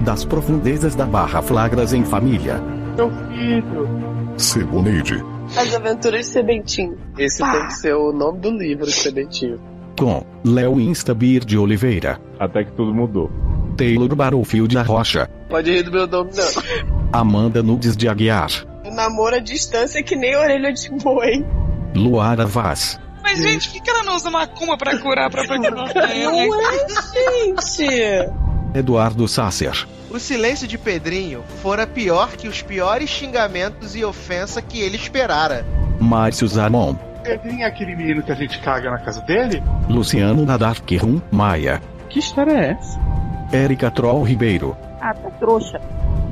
das profundezas da Barra Flagras em família. Meu filho. Seboneide. As Aventuras de Sebentinho. Esse tem que ser o nome do livro, Sebentinho. Com Léo Instabir de Oliveira. Até que tudo mudou. Taylor Barofield da Rocha. Pode rir do meu nome, não. Amanda Nudes de Aguiar. O namoro à distância é que nem orelha de boi. Luara Vaz. Mas, gente, por que, que ela não usa macumba pra curar a própria campanha, né? Não é, gente? Eduardo Sacer. O silêncio de Pedrinho fora pior que os piores xingamentos e ofensa que ele esperara. Márcio Zanon. Pedrinho é aquele menino que a gente caga na casa dele? Luciano Nadarkirum Maia. Que história é essa? Érica Troll Ribeiro. Ah, tá trouxa.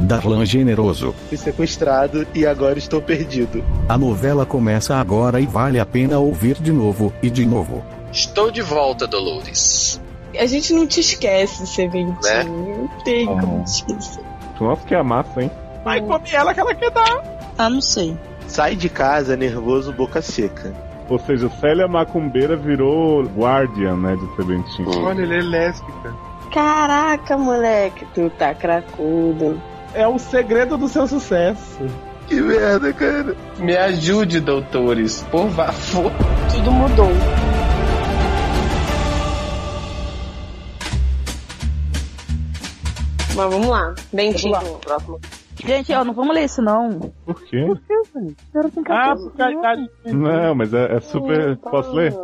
Darlan Generoso. Fui sequestrado e agora estou perdido. A novela começa agora e vale a pena ouvir de novo e de novo. Estou de volta, Dolores. A gente não te esquece, Seventinho. Né? Não tem ah. como te esquecer. Nossa, que amassa, hein? Vai comer ela que ela quer dar. Ah, não sei. Sai de casa nervoso, boca seca. Ou seja, Célia Macumbeira virou guardian, né, de Seventinho. Hum. Olha, ele é lésbica. Caraca, moleque, tu tá cracudo. É o segredo do seu sucesso. Que merda, cara. Me ajude, doutores, por favor. Tudo mudou. Mas vamos lá. Bentinho, vamos lá. próximo. Gente, ó, não vamos ler isso não. Por quê? Por quê, gente? tipo, Ah, porque a Não, mas é, é um Hum, super. Posso ler?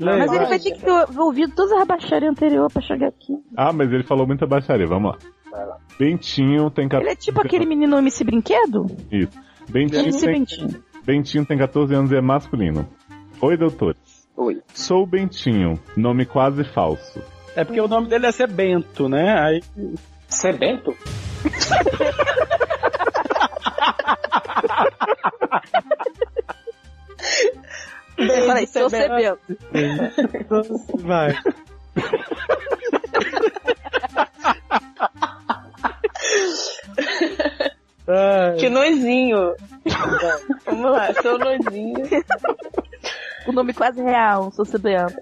Lê, mas ele vai ter que ter ouvido toda a baixaria anterior pra chegar aqui. Ah, mas ele falou muita baixaria, vamos lá. lá. Bentinho tem 14 Ele é tipo aquele menino MC Brinquedo? Isso. Bentinho, MC tem... Bentinho. Bentinho tem 14 anos e é masculino. Oi, doutores. Oi. Sou Bentinho, nome quase falso. É porque o nome dele é ser Bento, né? Aí... Ser Bento? Eu falei, sou Sebento. Vai. Que nozinho. Vamos lá, sou nozinho. O nome quase real, sou Sebento.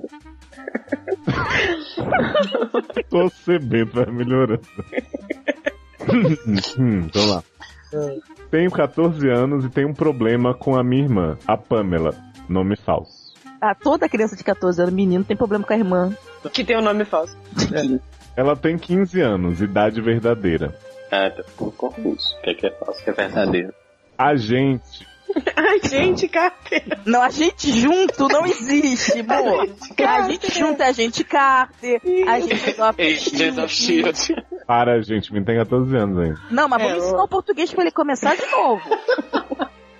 Sou Sebento, vai tá melhorando. Hum, Vamos lá. Tenho 14 anos e tenho um problema com a minha irmã, a Pamela. Nome falso. Ah, toda criança de 14 anos, menino, tem problema com a irmã. Que tem o um nome falso. É. Ela tem 15 anos, idade verdadeira. Ah, tá ficou confuso. O que é, que é falso, o que é verdadeiro? A gente. a gente, cara. Não, a gente junto não existe, boa. A gente junto, é a gente Carter, a gente é Agents Para, gente, me tem 14 anos ainda. Não, mas vamos é, ensinar o português pra ele começar de novo.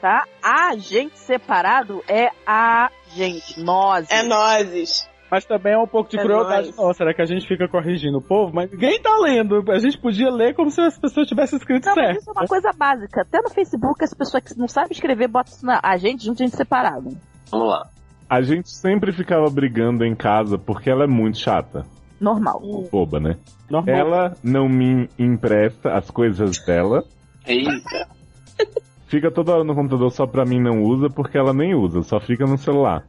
tá? A gente separado é a gente, nós. É nozes. Mas também é um pouco de é crueldade nós. nossa, né? Que a gente fica corrigindo o povo, mas ninguém tá lendo. A gente podia ler como se as pessoas tivessem escrito não, certo. isso é uma coisa básica. Até no Facebook, as pessoas que não sabem escrever botam isso na a gente junto, a gente separado. Vamos lá. A gente sempre ficava brigando em casa porque ela é muito chata. Normal. Hum, Boba, né? Normal. Ela não me empresta as coisas dela. Eita. Fica toda hora no computador só pra mim não usa, porque ela nem usa, só fica no celular.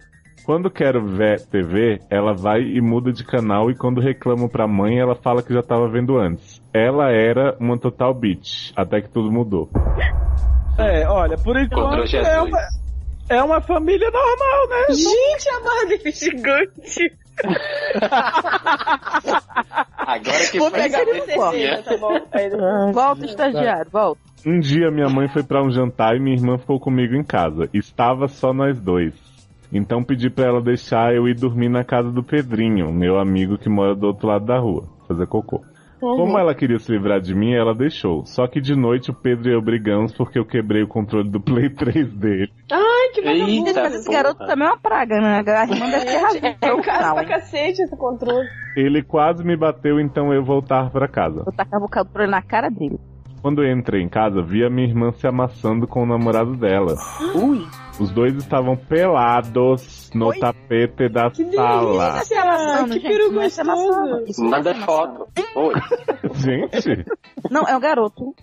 Quando quero ver TV, ela vai e muda de canal e quando reclamo pra mãe, ela fala que já tava vendo antes. Ela era uma total bitch, até que tudo mudou. É, olha, por enquanto é uma, é uma família normal, né? Gente, a Barbie é gigante. Agora que Vou foi pegar a terceira, tá bom? Aí depois- Volta, estagiário, volta. Um dia minha mãe foi pra um jantar e minha irmã ficou comigo em casa. Estava só nós dois. Então pedi pra ela deixar eu ir dormir na casa do Pedrinho, meu amigo que mora do outro lado da rua, fazer cocô. Como ela queria se livrar de mim, ela deixou. Só que de noite o Pedro e eu brigamos porque eu quebrei o controle do Play 3 dele. Ai, que Eita, vagabundo. Mas esse garoto também é uma praga, né? A irmã deve ter razão. É o cara pra cacete esse controle. Ele quase me bateu, então eu voltar pra casa. Vou tacar o controle na cara dele. Quando eu entrei em casa, vi a minha irmã se amassando com o namorado dela. Ui, Os dois estavam pelados no Oi? tapete da sala. Esse amassando, Não, Ah, que gente, peru não é essa gostoso. maçã, isso não é manda essa maçã. foto. Oi. Gente, Não, é um garoto.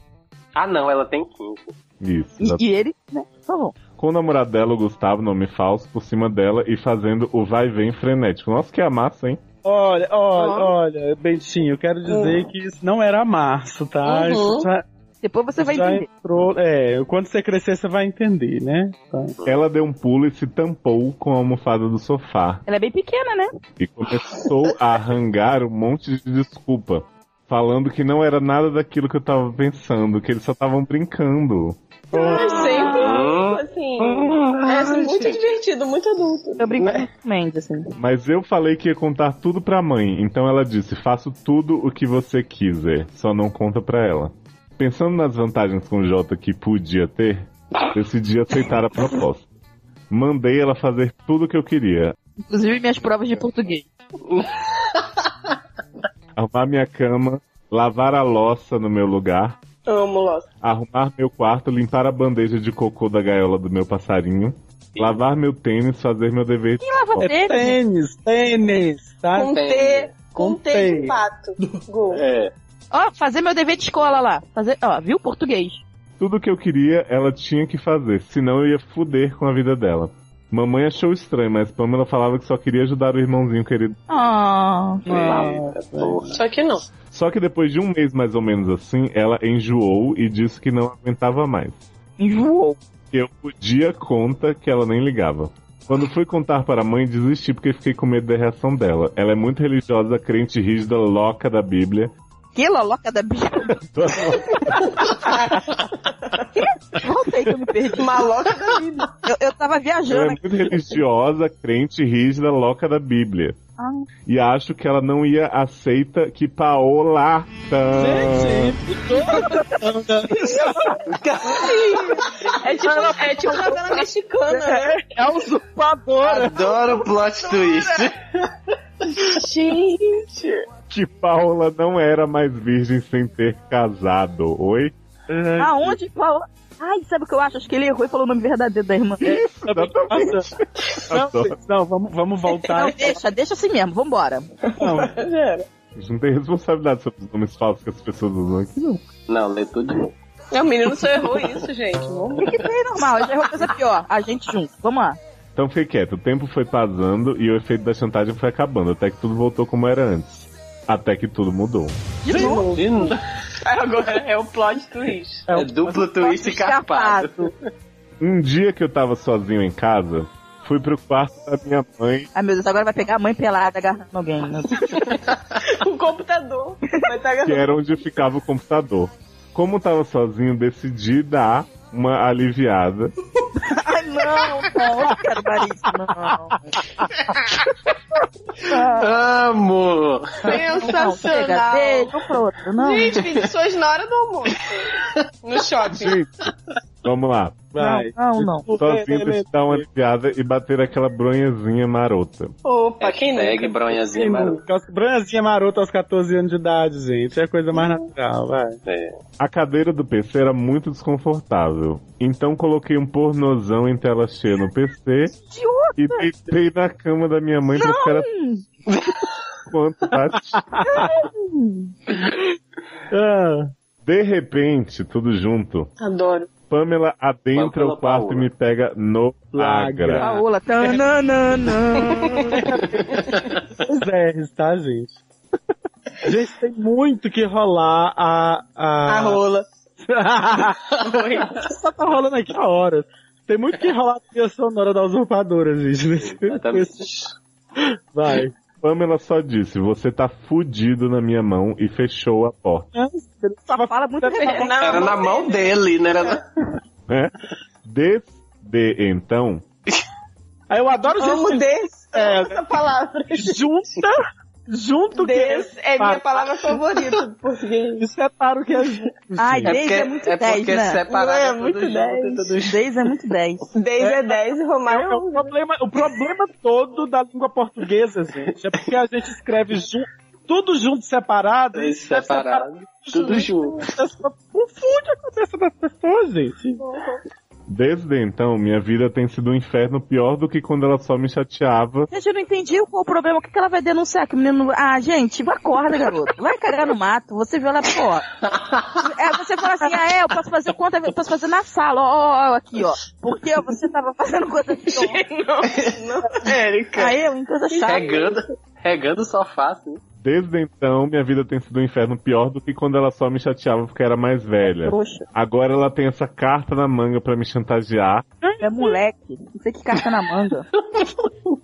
Ah, não, ela tem 15. isso. E, e ele, né? Por favor. Com o namorado dela, o Gustavo, nome falso, por cima dela e fazendo o vai e vem frenético. Nossa, que amassa, hein? Olha, olha, olha, Bentinho, eu quero dizer que isso não era março, tá? Uhum. Isso já- Depois você vai já entender. entrou- é, quando você crescer, você vai entender, né? Tá. Ela deu um pulo e se tampou com a almofada do sofá Ela é bem pequena, né? e começou a arranjar um monte de desculpa, falando que não era nada daquilo que eu tava pensando, que eles só estavam brincando. Eu sempre, assim, parece muito divertido, muito adulto. Eu brinco Né? com Mendes, assim. Mas eu falei que ia contar tudo pra mãe, então ela disse: faço tudo o que você quiser, só não conta pra ela. Pensando nas vantagens com o Jota que podia ter, decidi aceitar a proposta. Mandei ela fazer tudo o que eu queria: Inclusive minhas provas de português. arrumar minha cama, lavar a louça no meu lugar, Amo, Lost. arrumar meu quarto, limpar a bandeja de cocô da gaiola do meu passarinho, lavar meu tênis, fazer meu dever. Quem lava É tênis? tênis, tênis, tá? Com T, com T Contei. de pato. Gol. É. Ó, fazer meu dever de escola lá. Fazer, ó, viu? Português. Tudo que eu queria, ela tinha que fazer, senão eu ia fuder com a vida dela. Mamãe achou estranho, mas Pamela falava que só queria ajudar o irmãozinho querido. Ah, Eita, porra. Só que não. Só que depois de um mês mais ou menos assim, ela enjoou e disse que não aguentava mais. enjoou. que eu podia conta que ela nem ligava. Quando fui contar para a mãe, desisti porque fiquei com medo da reação dela. Ela é muito religiosa, crente rígida, louca da Bíblia. Que loloca da bicha. Volta aí que eu me perdi. Maloca da vida. Eu, eu tava Ela é viajando aqui. muito religiosa, crente rígida, louca da Bíblia. Ah. E acho que ela não ia aceita que Paola. É tipo, é tipo novela mexicana, né? É usurpadora. Adoro o plot twist. Gente. Que Paola não era mais virgem sem ter casado. Oi? É, Aonde, Paulo? Ai, sabe o que eu acho? Acho que ele errou e falou o nome verdadeiro da irmã. Não, gente, não, vamos, vamos Não, voltar. deixa, deixa assim mesmo, vambora. Não, Era. A gente não tem responsabilidade sobre os nomes falsos que as pessoas usam aqui, não. Não, lê tudo de novo. Não, É, o menino só errou isso, gente. Vamos. É normal, ele errou coisa pior. A gente junto, vamos lá. Então fiquei quieto, o tempo foi passando e o efeito da chantagem foi acabando, até que tudo voltou como era antes. Até que tudo mudou. De novo. De novo. Agora é o plot twist. É duplo twist carpado. Um dia que eu tava sozinho em casa, fui pro quarto da minha mãe. Ai meu Deus, agora vai pegar a mãe pelada agarrando alguém. né? Meu Deus. O computador tá vai estar que agarrando. era onde ficava o computador. Como eu tava sozinho, decidi dar uma aliviada. Ai não, não, eu não quero Marisa, não. Amor! Chega, Sensacional. deixa, vamos pro outro, não. Gente, petições na hora do almoço. No shopping. Gente, vamos lá. vai. Não, não. Sozinho decidi dar uma aliviada e bater aquela bronhazinha marota. Opa, É quem Hashtag nunca? bronhazinha maroto. Branzinha marota aos 14 anos de idade, gente. É a coisa mais natural, vai. A cadeira do PC era muito desconfortável, então coloquei um pornozão em tela cheia no PC e deitei na cama da minha mãe pra ficar quanto tá bate. Ah, De repente, tudo junto, Adoro. Pamela adentra Pamela o quarto Paola. e me pega no Lagra. Lagra. Ah, Paola, tá. tananana. os R's, tá, gente? Gente, tem muito que rolar a. a... A rola. Só tá rolando aqui a hora. Tem muito que rolar a trilha sonora da usurpadora, gente. nesse- Exatamente. Vai. Pamela só disse: Você tá fudido na minha mão e fechou a porta. Só fala muito Tá bem. Na Era na mão dele, né? Era na... Né? Desde então, Aí eu adoro Amo gente desse. É. Essa palavra. que junta. Junto que é. Desse é minha palavra favorita do português. E separa o que é junto. Ai, gente. É Deise porque, é muito é 10, porque né? separado Não é é tudo muito junto, dez. é tudo junto. Deise é muito 10. Dez é dez e Romário É é um. o problema, o problema todo da língua portuguesa, gente, é porque a gente escreve ju- tudo junto separado. É Dois separados, tudo junto. Confunde a cabeça das pessoas, gente. Desde então, minha vida tem sido um inferno pior do que quando ela só me chateava. Gente, eu não entendi qual o problema. O que, que ela vai denunciar? Que o menino. não- Ah, gente, acorda, garoto. Vai cagar no mato. Você viu ela, pô. É, você fala assim, ah, é, eu posso fazer conta, eu posso fazer na sala, ó, ó, ó, aqui, ó. Porque você tava fazendo conta de Não, não, Érica. Aí eu, em coisa chata. Regando, regando o sofá, assim. Desde então, minha vida tem sido um inferno pior do que quando ela só me chateava porque era mais velha. Poxa. Agora ela tem essa carta na manga pra me chantagear É moleque. Não sei que carta na manga.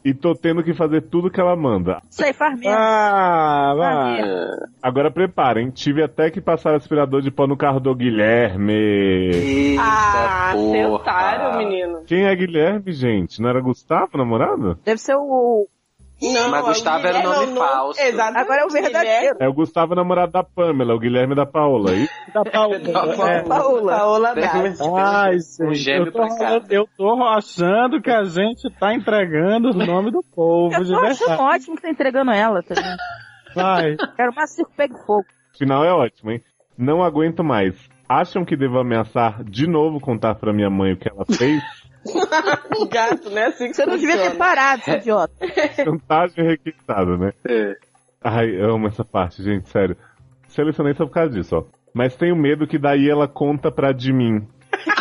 e tô tendo que fazer tudo que ela manda. Isso aí faz mesmo. Ah, vai. Maneiro. Agora preparem, tive até que passar aspirador de pó no carro do Guilherme. Ah, porra. sentaram, menino. Quem é Guilherme, gente? Não era Gustavo, namorado? Deve ser o. Não, Mas o Gustavo era o Guilherme nome é falso. Exatamente. Agora é o verdadeiro. É o Gustavo, namorado da Pamela, o Guilherme da Paola. E... Da Paula. Da é. Paula. Paola Braga. Ai, gente, gêmeo eu, tô pra rolando- eu tô achando que a gente tá entregando o nome do povo, Eu de tô achando verdade. ótimo que tá entregando ela também. Vai. Quero mais circo pegue fogo. Final é ótimo, hein? Não aguento mais. Acham que devo ameaçar de novo contar pra minha mãe o que ela fez? Gato, né? Assim que Você não devia ter funciona. parado, seu idiota. Chantagem requisitada, né? É. Ai, eu amo essa parte, gente, sério. Selecionei só por causa disso, ó. Mas tenho medo que daí ela conta pra de mim.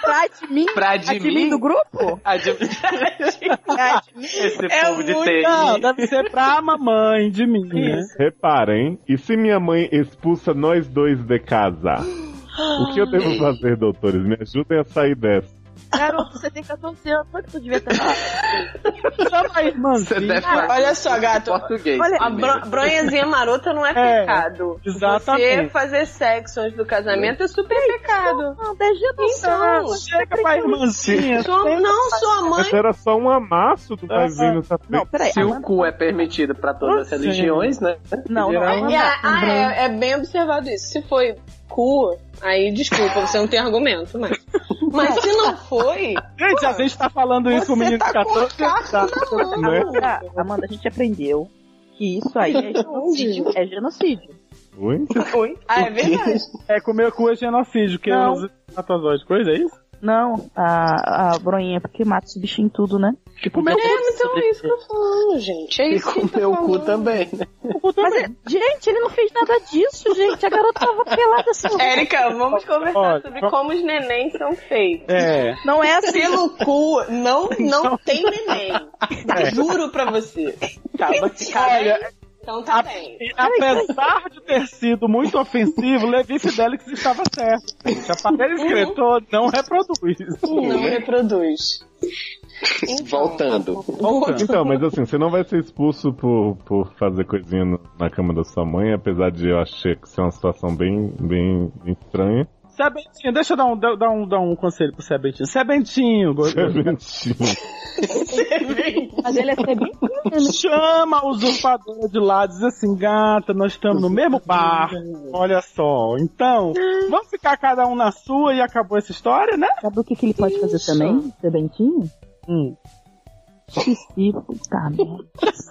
Pra de mim? Pra de mim do grupo? Esse É povo de muito- TI. Não, deve ser pra mamãe de mim, né? Reparem, e se minha mãe expulsa nós dois de casa? O que eu devo fazer, doutores? Me ajudem a sair dessa. Garoto, você tem 14 anos, quanto tu devia ter Chama a irmãzinha. deve Ah, falar olha só, gato. português. Olha- A bro- bronhazinha marota não é, É, pecado. exatamente. Você fazer sexo antes do casamento é super pecado. Não, 10 dias não Então, são. Chega pra irmãzinha. Sua, não, sua mãe. Mas era só um amasso do vai vir no tapete. Não, peraí. Se o Amanda- cu é permitido pra todas as Sim. religiões, né? Não, não. É, Amanda- ah, é, é bem observado isso. Se foi cu, aí desculpa, você não tem argumento, mas. Mas se não foi, Gente, a gente tá falando isso com um o menino de 14 anos. Não é? Amanda, Amanda, a gente aprendeu que isso aí é genocídio. É genocídio. Ui? foi. Ah, é verdade. É, comer cu é genocídio, que Não. os espermatozoides, coisa, é isso? Não, a, a broinha, porque mata os bichinhos em tudo, né? Tipo, meu É, então é isso que eu tô falando, gente. É E isso que com eu o tô meu cu falando. também, né? cu Mas, é- gente, ele não fez nada disso, gente. A garota tava pelada assim. Érica, vamos conversar Olha, sobre vamos- como os neném são feitos. É. Não é assim. Pelo cu, não, Então- não tem neném. É. Juro pra você. Tá, mas tá bem? Então tá bem. E apesar de ter sido muito ofensivo, Levi Fidelix estava certo. gente. A família Uhum. escritor não reproduz. Não reproduz. Voltando. Então, mas assim, você não vai ser expulso por, por fazer coisinha no- na cama da sua mãe, apesar de eu achar que isso é uma situação bem, bem estranha. Sebentinho, deixa eu dar um, dar dar um, dar um conselho pro Sebentinho. Sebentinho, go- Mentira. Mas ele é ser bem chama o usurpador de lá, diz assim, gata, nós estamos no mesmo bar. Olha só, então, Ah. vamos ficar cada um na sua e acabou essa história, né? Sabe o que, que ele pode fazer também, seu Bentinho? Hum. Xixi, puta merda.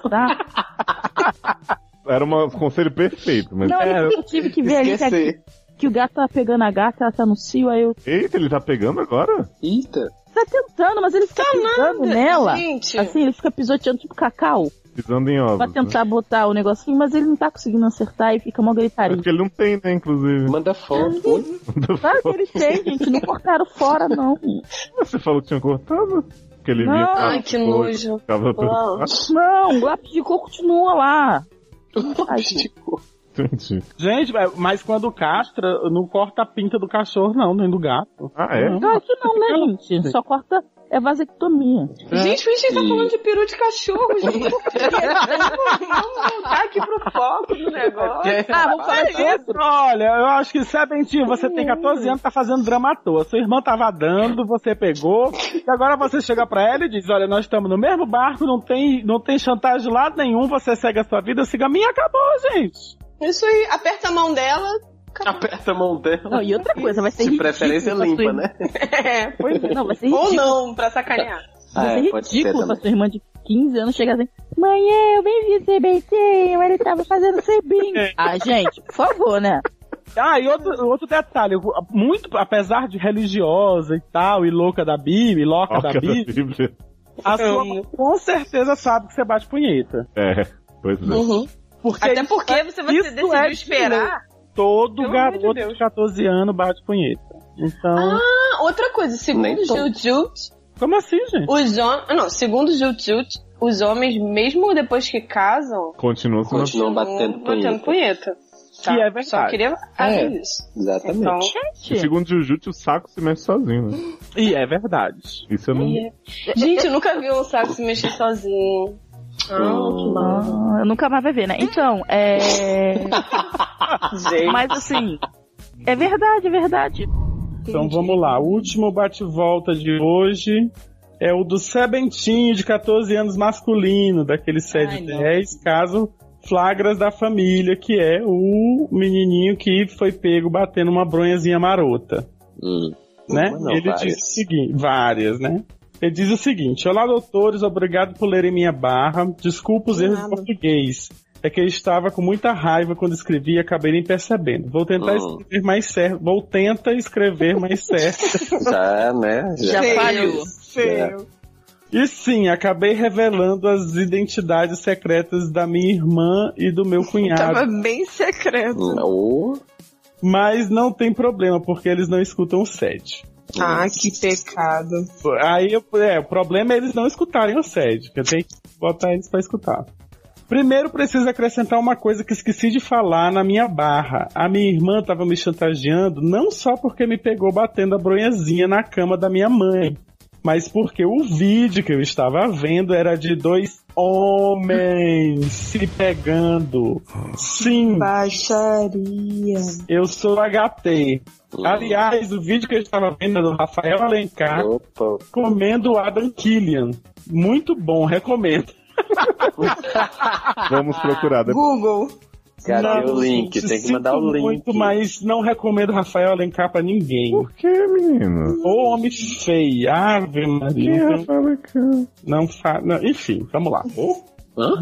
Tá? Era uma- um conselho perfeito, mas. Não, é porque eu tive que ver ali que, a- Esquecer. que o gato tá pegando a gata, ela tá no cio, aí eu. Eita, ele tá pegando agora? Eita. Tá tentando, mas ele fica pisando nela. Gente, Assim, ele fica pisoteando tipo cacau Pisando em ovos. Uhum. pra né? tentar botar o negocinho, mas ele não tá conseguindo acertar e fica mó É gritaria. porque ele não tem, né, inclusive. Manda foto. Claro que ele tem, gente, não cortaram fora, não. Você falou que tinha cortado? Que ele Não. vinha pra- Ai, que nojo. Ficava Não. Não, o lápis de cor continua lá. Ai, Entendi. Gente, é, mas quando castra, não corta a pinta do cachorro, não, nem do gato. Ah, é? Não. claro que não, né, gente? Só corta. É vasectomia. Gente, a gente tá É, E- falando de peru de cachorro, gente. vamos, vamos voltar aqui pro foco do negócio. Ah, vamos falar de É isso, outro. olha, eu acho que, Sebentinho, você tem 14 anos, tá fazendo drama à toa. Sua irmã tava dando, você pegou, e agora você chega pra ela e diz, olha, nós estamos no mesmo barco, não tem, não tem chantagem de lado nenhum, você segue a sua vida, siga a minha e acabou, gente. Isso aí, aperta a mão dela. Aperta a mão dela. Não, e outra coisa, vai ser De ridículo preferência pra sua limpa, irmã- né? É. Não, vai ser Ou ridículo. não, pra sacanear. Ah, Vai é, ser pode ser ridículo pra também. sua irmã de 15 anos chegar assim: Mãe, eu bem vi seu beicinho, ele tava fazendo seu bingo. Ah, gente, por favor, né? Ah, e outro, outro detalhe, muito, apesar de religiosa e tal, e louca da Bíblia, e loca Toca da Bíblia, a sua Amo. com certeza sabe que você bate punheta. É, pois Uhum. é. Uhum. Porque Até isso Uhum. porque é- você vai- você isso decidiu é de esperar. lei. Todo Pelo amor de garoto de, Deus. 14 anos bate punheta. Então. Ah, outra coisa, segundo Nem todo. Jill Jilt, como assim, gente? os homens. Não, segundo Jill Jilt, os homens, mesmo depois que casam, Continua se Continuam mantendo. batendo batendo punheta. punheta. Tá? Que é verdade. Só queria É. abrir isso. Exatamente. Então, Segundo Jujutsu, o saco se mexe sozinho, né? E é verdade. Isso eu não. gente, eu nunca vi um saco se mexer sozinho. Ah, Ah, nunca mais vai ver, né? Então, é. Mas assim, é verdade, é verdade. Então vamos lá. O último bate-volta de hoje é o do Sebentinho, de 14 anos masculino, daquele Ai, sede não. 10, caso flagras da família, que é o menininho que foi pego batendo uma bronhazinha marota. Né? Uma não, Ele várias. diz o seguinte, várias, né? Ele diz o seguinte: Olá, doutores, obrigado por lerem minha barra. Desculpa os De erros nada. de português. É que eu estava com muita raiva quando escrevi e acabei nem percebendo. Vou tentar Hum. escrever mais certo. Vou tentar escrever mais certo. Já, né? Já falhou. E sim, acabei revelando as identidades secretas da minha irmã e do Tá meu tava cunhado. bem secreto. Hum, Mas não tem problema, porque eles não escutam o SED. Ah, que pecado. Aí, eu- é, o problema é eles não escutarem o SED, que eu tenho que botar eles pra escutar. Primeiro, preciso acrescentar uma coisa que esqueci de falar na minha barra. A minha irmã tava me chantageando não só porque me pegou batendo a bronhazinha na cama da minha mãe, mas porque o vídeo que eu estava vendo era de dois homens se pegando. Sim. Baixaria. Eu sou HT. hum. Aliás, o vídeo que eu estava vendo é do Rafael Alencar comendo o Adam Killian. Muito bom, recomendo. Vamos procurar depois. Google. Cadê o link? Tem que mandar o link. Muito, mas não recomendo Rafael Alencar pra ninguém. Por que, menino? Ô, homem feio. Ave Maria. Quem é Então- Não fala. Enfim, vamos lá.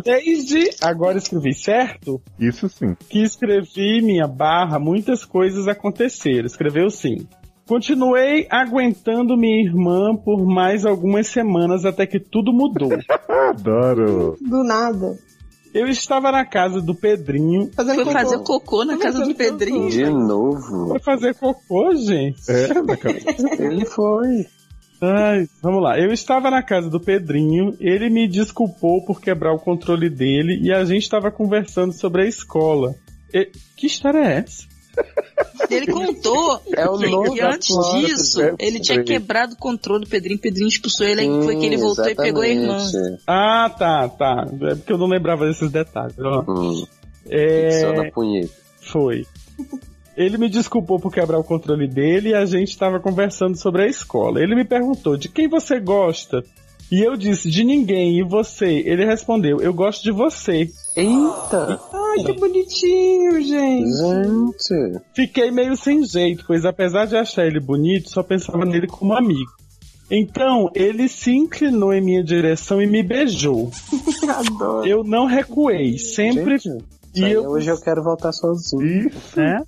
Desde agora escrevi certo? Isso sim. Que escrevi minha barra, muitas coisas aconteceram. Escreveu sim. Continuei aguentando minha irmã por mais algumas semanas até que tudo mudou. Adoro. Do nada. Eu estava na casa do Pedrinho. Foi fazer cocô na casa do Pedrinho. De novo. Foi fazer cocô, gente? É, na casa. Ele foi. Ai, vamos lá. Eu estava na casa do Pedrinho, ele me desculpou por quebrar o controle dele e a gente estava conversando sobre a escola. E- que história é essa? Ele contou É o novo que antes atual, disso né? ele tinha quebrado o controle do Pedrinho. Pedrinho expulsou ele, aí foi que ele voltou e pegou a irmã. Ah, tá, tá. É porque eu não lembrava desses detalhes. ó. É... Hum, Só na punheta. Foi. Ele me desculpou por quebrar o controle dele e a gente estava conversando sobre a escola. Ele me perguntou de quem você gosta. E eu disse, de ninguém, e você? Ele respondeu, eu gosto de você. Eita! Ai, que bonitinho, Gente! Fiquei meio sem jeito, pois apesar de achar ele bonito, só pensava nele como amigo. Então, ele se inclinou em minha direção e me beijou. Adoro. Eu não recuei, sempre. e é eu... Hoje eu quero voltar sozinho. Né?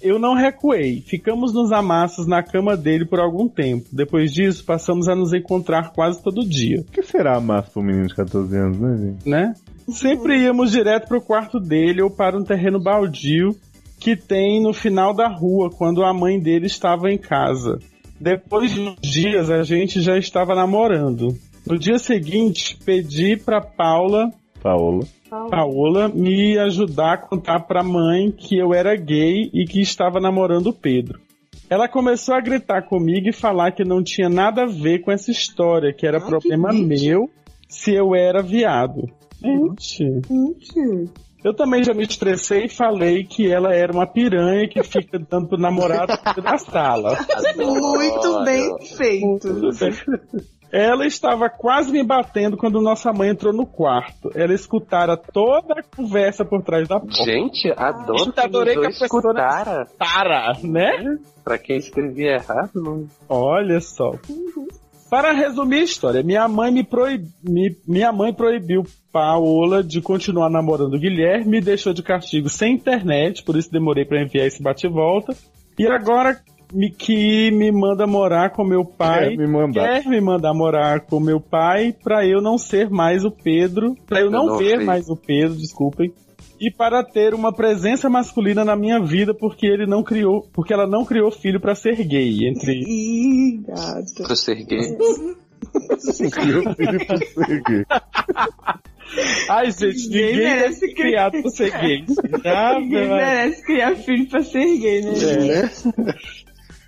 Eu não recuei. Ficamos nos amassos na cama dele por algum tempo. Depois disso, passamos a nos encontrar quase todo dia. O que será massa pro menino de 14 anos, né, gente? Né? Sempre íamos direto pro quarto dele ou para um terreno baldio que tem no final da rua, quando a mãe dele estava em casa. Depois de uns dias, a gente já estava namorando. No dia seguinte, pedi pra Paula Paola. Paola me ajudar a contar pra mãe que eu era gay e que estava namorando o Pedro. Ela começou a gritar comigo e falar que não tinha nada a ver com essa história, Ah, que era problema meu se eu era viado. Gente. Eu também já me estressei e falei que ela era uma piranha que fica dando pro namorado na sala. Muito bem feito. Ela estava quase me batendo quando nossa mãe entrou no quarto. Ela escutara toda a conversa por trás da porta. Gente, adoro Gente, adorei que os que a pessoa dois escutaram. Para, né? Pra quem escrevia errado, não. Olha só. Para resumir a história, minha mãe me proib... me- minha mãe proibiu Paola de continuar namorando o Guilherme, me deixou de castigo sem internet, por isso demorei para enviar esse bate-volta. E agora me- que me manda morar com meu Quer pai, me mandar. quer me mandar morar com meu pai para eu não ser mais o Pedro, para eu não ver Pedófilo. mais o Pedro, desculpem. E para ter uma presença masculina na minha vida, porque ele não criou, porque ela não criou filho para ser gay, entre Ih, gata. Pra ser gay. um Ai, gente, ninguém, merece ser criado pra ser gay. Ah, Ninguém meu- merece criar filho pra ser gay, né? É, né?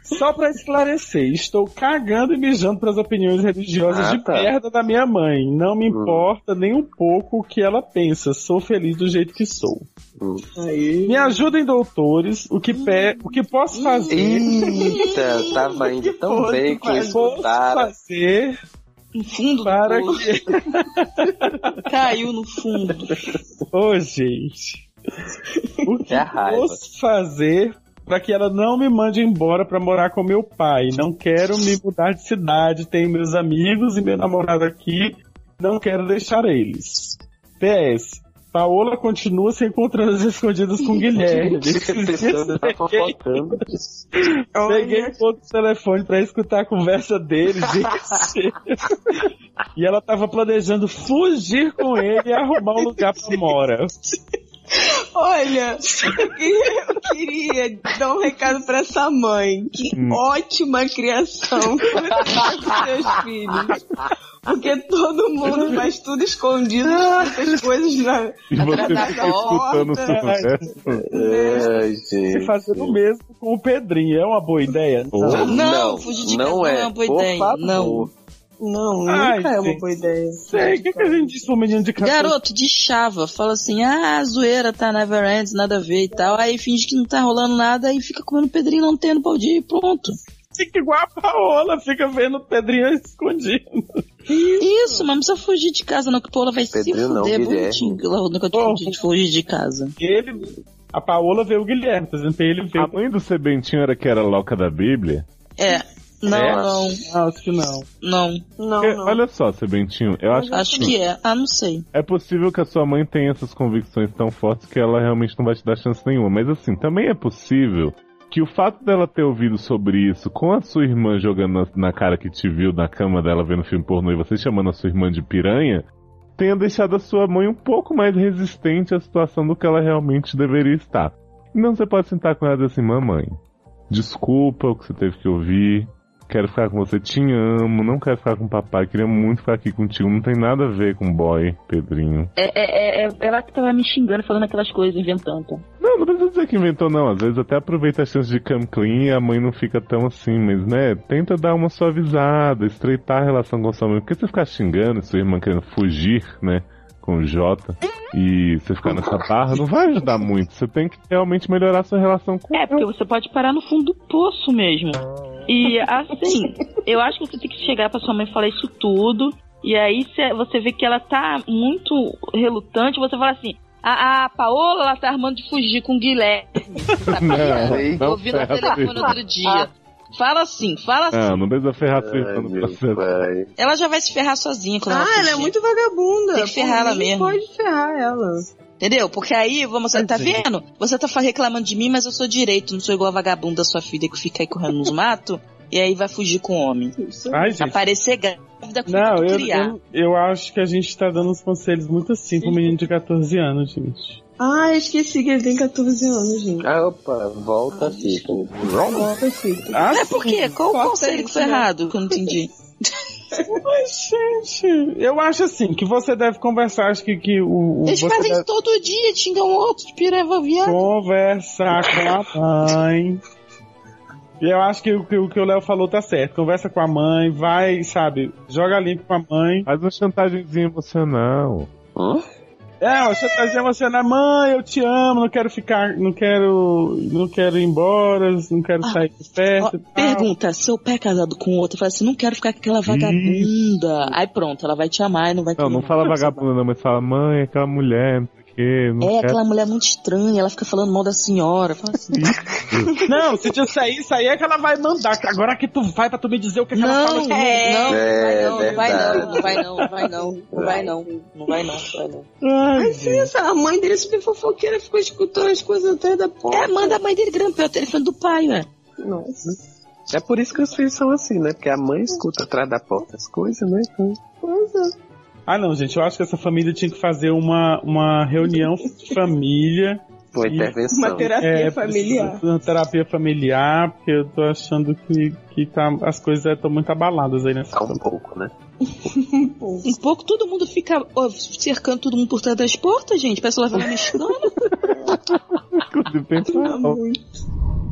Só pra esclarecer, estou cagando e mijando pras opiniões religiosas Ah, de tá. Hum. merda da minha mãe. Não me importa nem um pouco o que ela pensa. Sou feliz do jeito que sou. Hum. Me ajudem, doutores. O que, pe... o que posso fazer? Eita, tava indo tão bem com esse posso cara. fazer no fundo para do que... Caiu no fundo. Ô, gente. O que É a raiva. posso fazer para que ela não me mande embora para morar com meu pai? Não quero me mudar de cidade, tenho meus amigos e meu namorado aqui, não quero deixar eles. PS. Paola continua se encontrando às escondidas com Guilherme. Pensando, tá fofocando. Peguei outro telefone pra escutar a conversa dele, gente. e ela tava planejando fugir com ele e arrumar um lugar pra mora. Olha, eu queria, eu queria dar um recado pra essa mãe. Que Hum. ótima criação que você faz com seus filhos. Porque todo mundo faz tudo escondido, essas coisas na, E você atrás fica da escutando né? o horta. né? seu Ai, E gente. fazendo o mesmo com o Pedrinho. É uma boa ideia? Não. Não, fugir de casa não não é. é uma boa Por ideia. favor. Não. Não, Ai, nunca é uma gente. boa ideia. Sei, o que, que a gente diz pro menino de 14 Garoto, de chava, fala assim, ah, a zoeira tá never ends, nada a ver e tal. Aí finge que não tá rolando nada e fica comendo pedrinho não tendo pau dia e pronto. Fica igual a Paola, fica vendo o Pedrinho escondido. Isso, mas não precisa fugir de casa, não, que o Paula vai se Pedrinho não, fuder Guilherme. bonitinho. Ela nunca Oh. te fugir, de fugir de casa. Ele, a Paola vê o Guilherme, por exemplo, ele vê A o... mãe do Sebentinho era que era louca da Bíblia? É. Não, É? não, Não, acho que não. não. Não, Porque, não. Olha só, Sebentinho, eu acho, Acho que é. Ah, não sei. É possível que a sua mãe tenha essas convicções tão fortes que ela realmente não vai te dar chance nenhuma. Mas assim, também é possível que o fato dela ter ouvido sobre isso com a sua irmã jogando na- na cara que te viu na cama dela vendo filme pornô e você chamando a sua irmã de piranha tenha deixado a sua mãe um pouco mais resistente à situação do que ela realmente deveria estar. Então você pode sentar com ela e dizer assim, mamãe, desculpa o que você teve que ouvir, quero ficar com você, te amo, não quero ficar com o papai, queria muito ficar aqui contigo, não tem nada a ver com boy, Pedrinho. É, é, é, é ela que tava me xingando, falando aquelas coisas, inventando. Não, não precisa dizer que inventou, não. Às vezes até aproveita a chance de come clean e a mãe não fica tão assim, mas né, tenta dar uma suavizada, estreitar a relação com sua mãe. Porque você ficar xingando sua irmã querendo fugir, né, com o Jota, e você ficar nessa barra, não vai ajudar muito. Você tem que realmente melhorar a sua relação com É, porque você pode parar no fundo do poço mesmo. E assim, eu acho que você tem que chegar pra sua mãe e falar isso tudo. E aí cê- você vê que ela tá muito relutante, você fala assim. "Ah, A, a Paola, ela tá armando de fugir com o Guilherme. é assim, Não, não, Ouvi no ferra sua telefone irmã. outro dia. Fala assim, fala assim. não, não precisa ferrar sua Ai, irmã no meu processo. pai. Ela já vai se ferrar sozinha quando Ah, ela ela é fugir. muito vagabunda. Tem que ferrar ela Ninguém mesmo. Pode ferrar ela. Entendeu? Porque aí, vamos, tá vendo? Você tá fa- reclamando de mim, mas eu sou direito, não sou igual a vagabunda da sua filha que fica aí correndo nos matos e aí vai fugir com o homem. Ai, gente. Aparecer grávida com Não, filho eu, criar. eu, eu acho que a gente tá dando uns conselhos muito assim pro menino de 14 anos, gente. Ah, eu esqueci que ele tem 14 anos, gente. Ah, opa, volta, fica. Volta, fica. Ah, Mas É, por quê? Qual o Corta conselho que isso, foi né? errado? Que eu não entendi. mas, gente, eu acho assim, que você deve conversar, acho que, que o... o Eles você fazem deve- isso todo dia, xingam o outro, de pirava viado. Conversar com a mãe. E eu acho que o que o que o Léo falou tá certo. Conversa com a mãe, vai, sabe, joga limpo com a mãe. Faz uma chantagemzinha emocional. Hum? É, você trazer você na mãe, eu te amo, não quero ficar, não quero, não quero ir embora, não quero Ah, sair de Ó, perto. e tal. pergunta, seu pai é casado com outra, fala assim, não quero ficar com aquela vagabunda. Aí pronto, ela vai te amar e não vai um Não, não querer. fala vagabunda, não, mas fala, mãe, aquela mulher, não sei o quê, não É quero. aquela mulher muito estranha, ela fica falando mal da senhora. Fala assim, Não, se disser isso aí é que ela vai mandar. que Agora que tu vai pra tu me dizer o que, que ela Não, fala. de mim. é, É, não, não vai não, verdade. não vai não, não vai não, não vai não, não vai não, não vai não. Mas isso, a mãe dele super fofoqueira ficou escutando as coisas até da porta. É, manda a mãe dele grampear o telefone do pai, né? Nossa. É por isso que os filhos são assim, né? Porque a mãe escuta atrás da porta as coisas, né? Então, Ah, não, gente, eu acho que essa família tinha que fazer uma, uma reunião família. Uma intervenção. Uma terapia familiar. precisa- É, Uma terapia familiar, porque eu tô achando que, que tá, as coisas estão muito abaladas aí nessa. Tá um pouco, né? Um pouco todo mundo fica ó, cercando todo mundo por trás das portas, gente. Parece lá falar mexicano.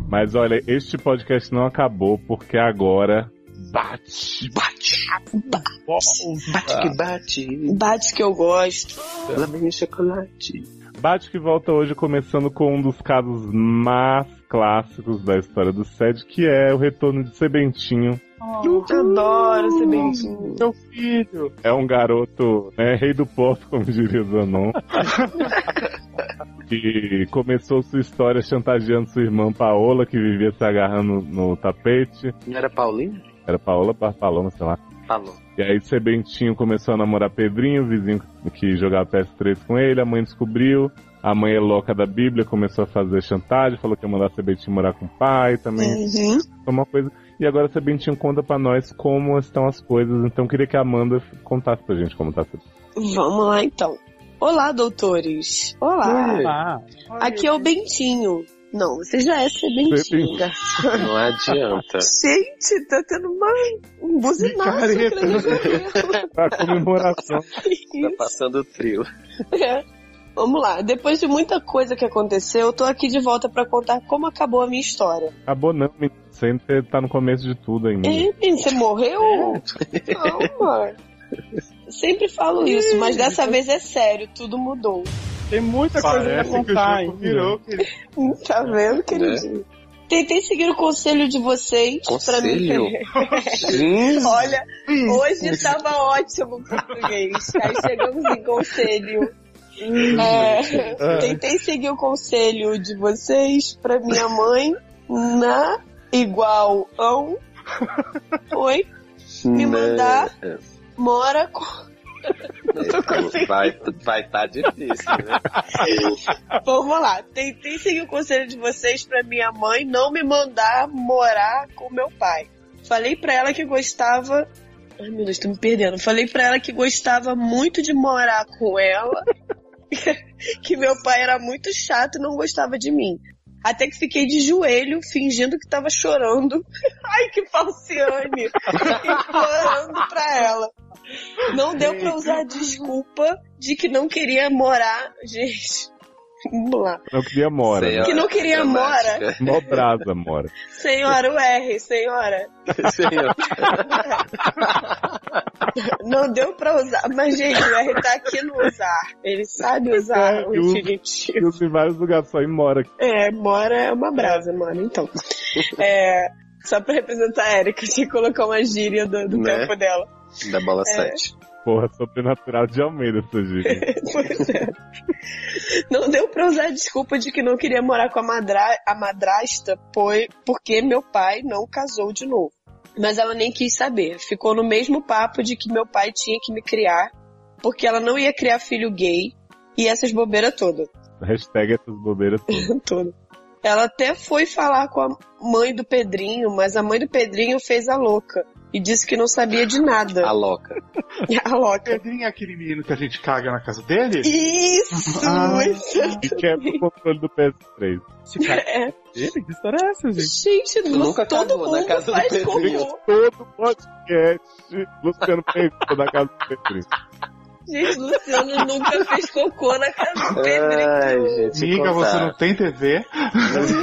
Mas olha, este podcast não acabou porque agora bate, bate, Bate que bate. Bate que Ah. eu gosto. Ela vem chocolate. Bate que volta hoje começando com um dos casos mais clássicos da história do SED, que é o retorno de Sebentinho. Eu adoro ser bentinho. Meu filho. É um garoto, né, rei do pop, como diria o Zanon. que começou sua história chantageando sua irmã Paola, que vivia se agarrando no tapete. Não era Paulinho? Era Paola Parpaloma, sei lá. Falou. E aí Sebentinho começou a namorar Pedrinho, o vizinho que jogava PS3 com ele, a mãe descobriu. A mãe é louca da Bíblia, começou a fazer chantagem, falou que ia mandar Sebentinho morar com o pai também. Uhum. Foi uma coisa. E agora Sebentinho conta pra nós como estão as coisas, então eu queria que a Amanda contasse pra gente como tá tudo. Vamos lá então. Olá, doutores. Olá. Olá. Aqui é o Bentinho. Não, você já é ser Bentinho, Bentinho. garçom. Não adianta. Gente, tá tendo uma, um buzinaço. pra mim. pra comemoração. Tá passando o trio. É. Vamos lá. Depois de muita coisa que aconteceu, eu tô aqui de volta pra contar como acabou a minha história. Acabou não, menino. Você ainda tá no começo de tudo ainda. Hein, menino, É. você morreu? Calma. Sempre falo isso, mas dessa vez é sério, tudo mudou. Tem muita Parece coisa pra contar, que o hein? jogo virou, Tá vendo, queridinho? Tentei seguir o conselho de vocês. Pra mim, Conselho? Hum. Olha, hoje tava ótimo o português. Aí chegamos em conselho. Hum. É, tentei seguir o conselho de vocês pra minha mãe na igual ao foi me mandar É, Né? mora com Vai vai tá difícil, né? Vamos lá, tentei seguir o conselho de vocês pra minha mãe não me mandar morar com meu pai. Falei pra ela que gostava. Ai meu Deus, tô me perdendo. Falei pra ela que gostava muito de morar com ela, que meu pai era muito chato e não gostava de mim. Até que fiquei de joelho, fingindo que tava chorando. Ai, que falciane! implorando pra ela. Não deu pra usar a desculpa de que não queria morar. Gente, vamos lá. Não queria mora. Senhora, Que não queria dramática. mora. Mó brasa mora. Senhora, o R, senhora. Não deu pra usar. Mas, gente, o R tá aqui no usar. Ele sabe usar o infinito. Eu em vários lugares, só em mora. É, mora é uma brasa, mano. Então. É, só pra representar a Erika, tinha que colocar uma gíria do, do Né? tempo dela. Da bola É. sete. Porra, sobrenatural de Almeida essa gíria. Pois é. Não deu pra usar a desculpa de que não queria morar com a, madra a madrasta foi porque meu pai não casou de novo. Mas ela nem quis saber. Ficou no mesmo papo de que meu pai tinha que me criar, porque ela não ia criar filho gay e essas bobeiras todas. Hashtag essas bobeiras todas. Tudo. Ela até foi falar com a mãe do Pedrinho, mas a mãe do Pedrinho fez a louca e disse que não sabia de nada. A louca. A louca. Pedrinho é aquele menino que a gente caga na casa dele? Isso! Ah. E quebra o controle do PS3. É. Ele? Que história é essa, gente? Gente, Lu- Nunca todo cagou na mundo casa do faz Pedrinho. cocô. Todo podcast, Luciano Pedro na casa do PS3. Gente, Luciano nunca fez cocô na casa do É. Ai, gente, contar. Amiga, você não tem TV?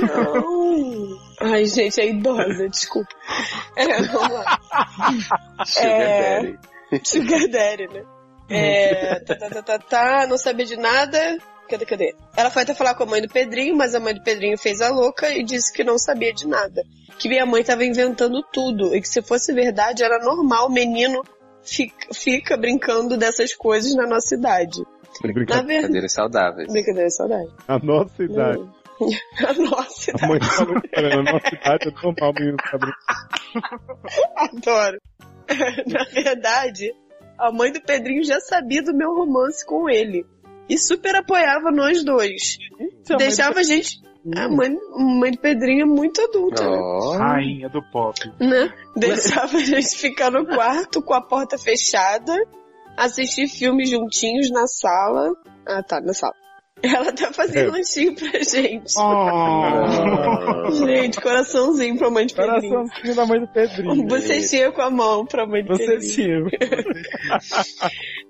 Pedrinho. Ai, gente, é idosa, desculpa. É, vamos lá. É, Sugar Daddy, né? É, tá, tá, tá, tá, tá, não sabia de nada. Cadê, cadê? Ela foi até falar com a mãe do Pedrinho, mas a mãe do Pedrinho fez a louca e disse que não sabia de nada. Que minha mãe tava inventando tudo e que se fosse verdade era normal o menino fica, fica brincando dessas coisas na nossa idade. Brincadeiras saudáveis. Brincadeira saudável. A nossa idade. A nossa A mãe falou que era na nossa idade é normal, menino ficar brincando. Adoro. Na verdade, a mãe do Pedrinho já sabia do meu romance com ele. E super apoiava nós dois. Então, a mãe Deixava do Hum. a gente. A mãe, mãe do Pedrinho é muito adulta. né? Ah. Rainha do pop. né? Deixava a gente ficar no quarto com a porta fechada, assistir filmes juntinhos na sala. Ah, tá, na sala. Ela tá fazendo lanchinho pra gente. Oh, gente, coraçãozinho pra mãe de Pedrinho. Coraçãozinho da mãe do Pedrinho. Um bocetinho com a mão pra mãe de Bocetinho.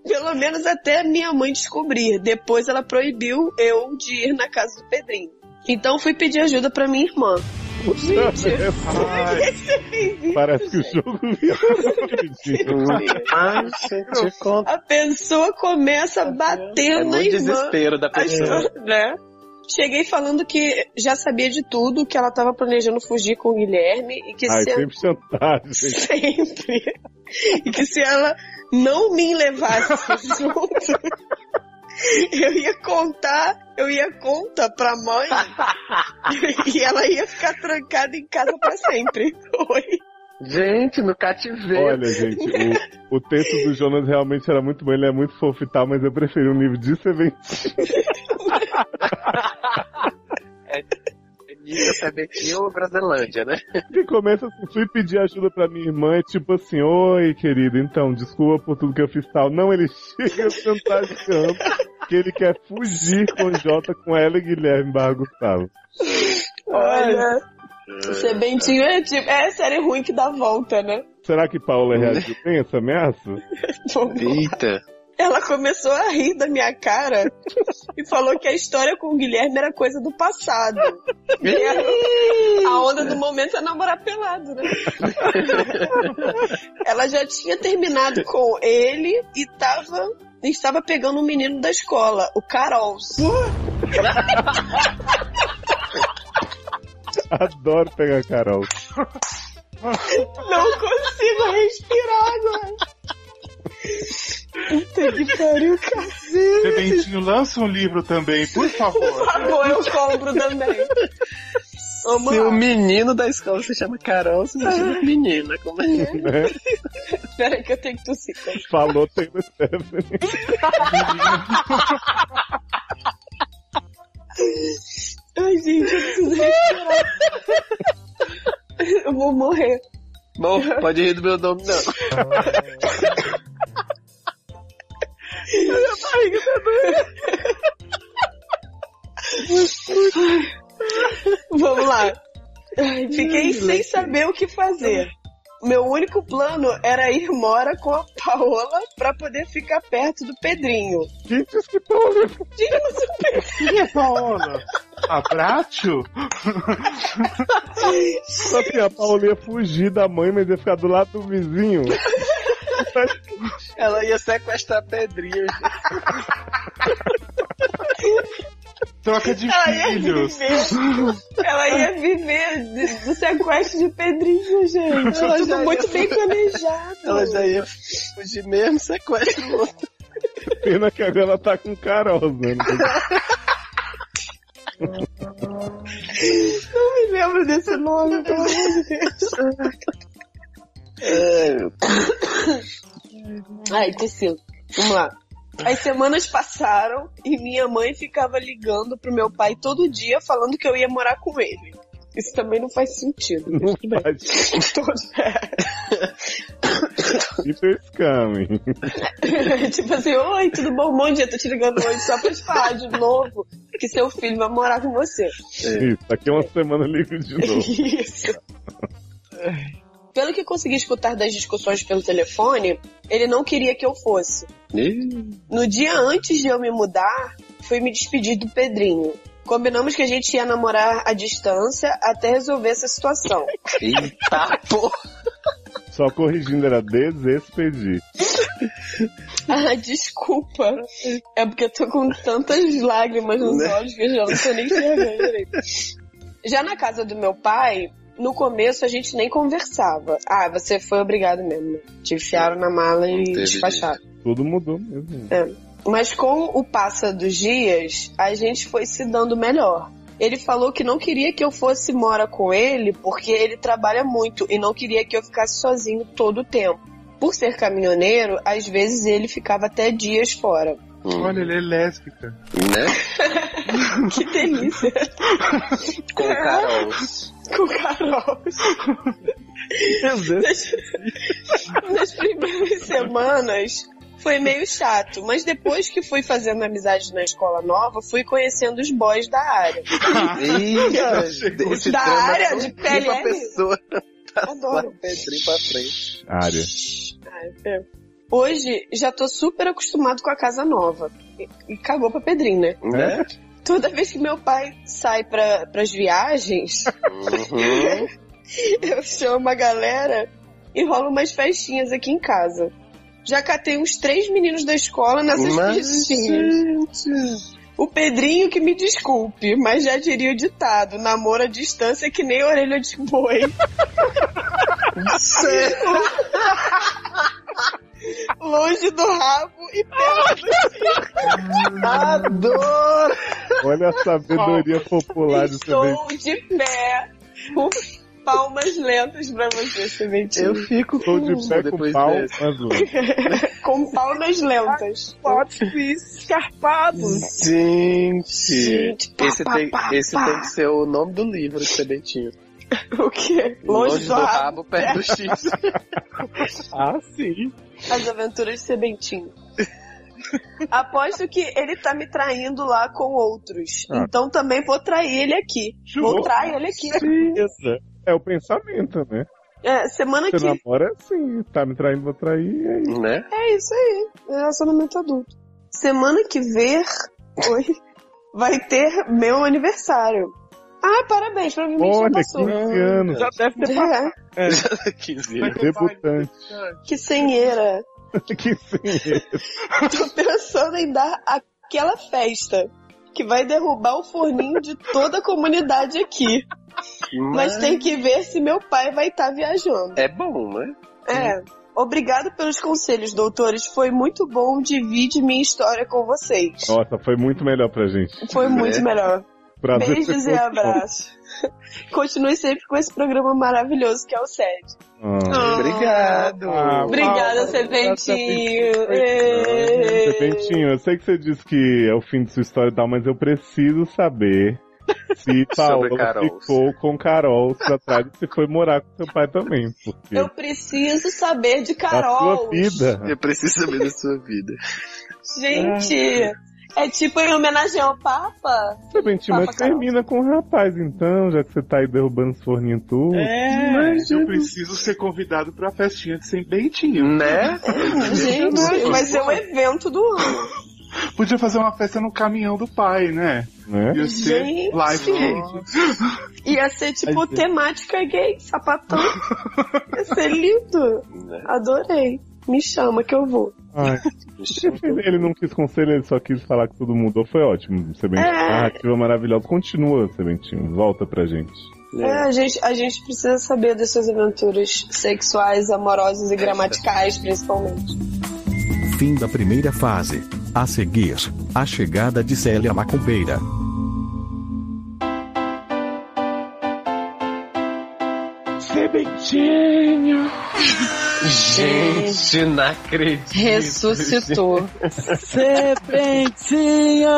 Pelo menos até minha mãe descobrir. Depois ela proibiu eu de ir na casa do Pedrinho. Então fui pedir ajuda pra minha irmã. Parece que o jogo um virou. A pessoa começa a bater É na muito irmã. desespero da pessoa. Acho- né? Cheguei falando que já sabia de tudo, que ela tava planejando fugir com o Guilherme e que Ai, se sempre chantagem. sempre. E que se ela não me levasse junto, eu ia contar, eu ia conta pra mãe e ela ia ficar trancada em casa pra sempre. Oi. Gente, no cativeiro. Olha, gente, o, o texto do Jonas realmente era muito bom, ele é muito fofo e tal, mas eu preferi um livro de serventia. Nível Tebequinho ou Brasilândia, né? Que começa assim, fui pedir ajuda pra minha irmã, é tipo assim, oi querido, então, desculpa por tudo que eu fiz e tal. Não, ele chega fantasiando que ele quer fugir com Jota, com ela e Guilherme Barra Gustavo. Olha. O Sebentinho é tipo. É a série ruim que dá volta, né? Será que Paula reagiu bem a essa ameaça? Eita! Ela começou a rir da minha cara e falou que a história com o Guilherme era coisa do passado. E a- a onda do momento é namorar pelado, né? Ela já tinha terminado com ele e tava, estava pegando um menino da escola, o Carol. Adoro pegar Carol. Não consigo respirar agora. Puta que pariu, cacete. Bebentinho, lança um livro também, por favor. Por favor, eu compro também. Vamos Se lá. o menino da escola se chama Carol, se chama menina, como é que Né? Peraí que eu tenho que tossir. cara. Falou Taylor Stephanie. Ai, gente, eu preciso respirar. Eu vou morrer. Bom, pode rir do meu nome, não. Vamos lá. Ai, Fiquei sem saber o que fazer. Meu único plano era ir mora com a Paola pra poder ficar perto do Pedrinho. Quem disse que Paola? Digamos o Pedrinho. Quem é Paola? A Bratio? Só que a Paula ia fugir da mãe, mas ia ficar do lado do vizinho. Ela ia sequestrar Pedrinho. Troca de Ela ia filhos. viver. Ela ia viver de- do sequestro de Pedrinho, gente. Ela já Tudo ia- muito bem planejado. Ela já ia fugir mesmo, sequestra o outro. Pena que agora ela tá com Carol, né? Não me lembro desse nome, pelo amor de Deus. É. Ai, tossiu. Vamos lá. As semanas passaram e minha mãe ficava ligando pro meu pai todo dia falando que eu ia morar com ele. Isso também não faz sentido. Não faz. Isso é scam. tipo assim, oi, tudo bom? Bom dia, tô te ligando hoje só pra te falar de novo que seu filho vai morar com você. É. Isso, daqui a uma semana eu ligo de novo. Isso. Pelo que consegui escutar das discussões pelo telefone, ele não queria que eu fosse. No dia antes de eu me mudar, fui me despedir do Pedrinho. Combinamos que a gente ia namorar à distância até resolver essa situação. Tá, Eita porra! Só corrigindo, era desespedir. Ah, desculpa. É porque eu tô com tantas lágrimas nos olhos que eu já não tô nem enxergando direito. Já na casa do meu pai, no começo a gente nem conversava. Ah, você foi obrigado mesmo. né? Te enfiaram na mala e teve despacharam. Tudo mudou mesmo. É. Mas com o passar dos dias, a gente foi se dando melhor. Ele falou que não queria que eu fosse mora com ele porque ele trabalha muito e não queria que eu ficasse sozinho todo o tempo. Por ser caminhoneiro, às vezes ele ficava até dias fora. Hum, Olha, ele é lésbica. Né? que delícia. Com Carol. Com Carol. Meu Deus. Nas primeiras semanas foi meio chato, mas depois que fui fazendo amizade na escola nova, fui conhecendo os boys da área. Ih, esse da drama área não de limpa a PLR. pessoa. Adoro. Pedrinho pra frente. Área. Ai, é. Hoje já tô super acostumado com a casa nova. E, e cagou pra Pedrinho, né? Né? Toda vez que meu pai sai pra, pras viagens, eu chamo a galera e rola umas festinhas aqui em casa. Já catei uns três meninos da escola nessas Mas, festinhas. O Pedrinho que me desculpe, mas já diria o ditado: namoro à distância é que nem orelha de boi. Longe do rabo e perto do fio. Adoro! Olha a sabedoria popular de também. Estou de pé. Com palmas lentas pra você, Sementinho. Eu fico Estou de pé com Depois pau, dessa. mas não. com palmas lentas. Potes escarpados. Gente, Gente, pá, esse, pá, tem, pá, esse pá. tem que ser o nome do livro, Sementinho. O quê? Longe, do rabo, perto do X. X. Ah, sim. As aventuras de Sementinho. Aposto que ele tá me traindo lá com outros. Ah. Então também vou trair ele aqui. Vou Juro. trair ele aqui. Isso. É o pensamento, né? É, semana Você que namora assim, tá me traindo, vou trair, é isso. Né? É isso aí, relacionamento adulto. Semana que ver, oi, vai ter meu aniversário. Ah, parabéns, provavelmente é já Olha, passou. 15 anos. Já deve ter passado. É, É, 15 anos. debutante. que senheira. que sim. Tô pensando em dar aquela festa que vai derrubar o forninho de toda a comunidade aqui. Mas tem que ver se meu pai vai estar viajando. É bom, né? É. Obrigado pelos conselhos, doutores. Foi muito bom dividir minha história com vocês. Nossa, foi muito melhor pra gente. Foi muito É. melhor. Prazer Beijos ser e contigo. abraços. Continue sempre com esse programa maravilhoso que é o SED. Ah, Obrigado. Ah, Obrigada, Serpentinho. Ê. Serpentinho, eu sei que você disse que é o fim de sua história e tal, mas eu preciso saber se Sobre Paola Carol. ficou com Carol pra trás e se foi morar com seu pai também. Porque Eu preciso saber de a Carol. sua vida. Eu preciso saber da sua vida. Gente, é tipo em homenagem ao Papa? Serpentinho, mas Papa Carol. termina com o rapaz então, já que você tá aí derrubando os forninhos tudo. É. Eu preciso ser convidado pra festinha de Sem Bentinho. Né? Gente, vai ser o evento do ano. Podia fazer uma festa no caminhão do pai, né? É? Né? Ia ser Gente. live aid. Ia ser tipo Ai, Deus. temática gay, sapatão. Ia ser lindo. Né? Adorei. Me chama que eu vou. Ai, ele não quis conselho, ele só quis falar que tudo mudou. Foi ótimo, Ah, Serpentinho. É. Narrativa maravilhosa. Continua, Serpentinho. Volta pra gente. É, a gente, a gente precisa saber das suas aventuras sexuais, É, amorosas e gramaticais, principalmente. Fim da primeira fase. A seguir, a chegada de Célia Macumbeira. Sebentinho. Gente, não acredito. Ressuscitou. É, Serpentinha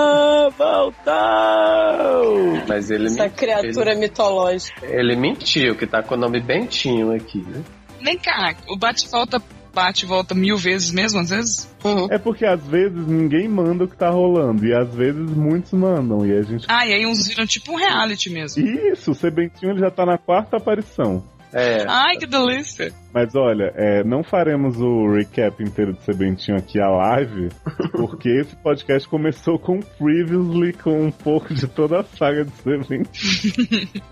voltou! Mas ele, Essa men- criatura mitológica. ele mentiu, que tá com o nome Bentinho aqui, né? Vem cá, o bate-volta bate e volta mil vezes mesmo, às vezes? É porque às vezes ninguém manda o que tá rolando, e às vezes muitos mandam, e a gente. Ah, e aí uns viram tipo um reality mesmo. Isso, o Sebentinho ele já tá na quarta aparição. É. Ai, que delícia. Mas olha, é, não faremos o recap inteiro do Sebentinho aqui à live, porque esse podcast começou com previously, com um pouco de toda a saga de Sebentinho.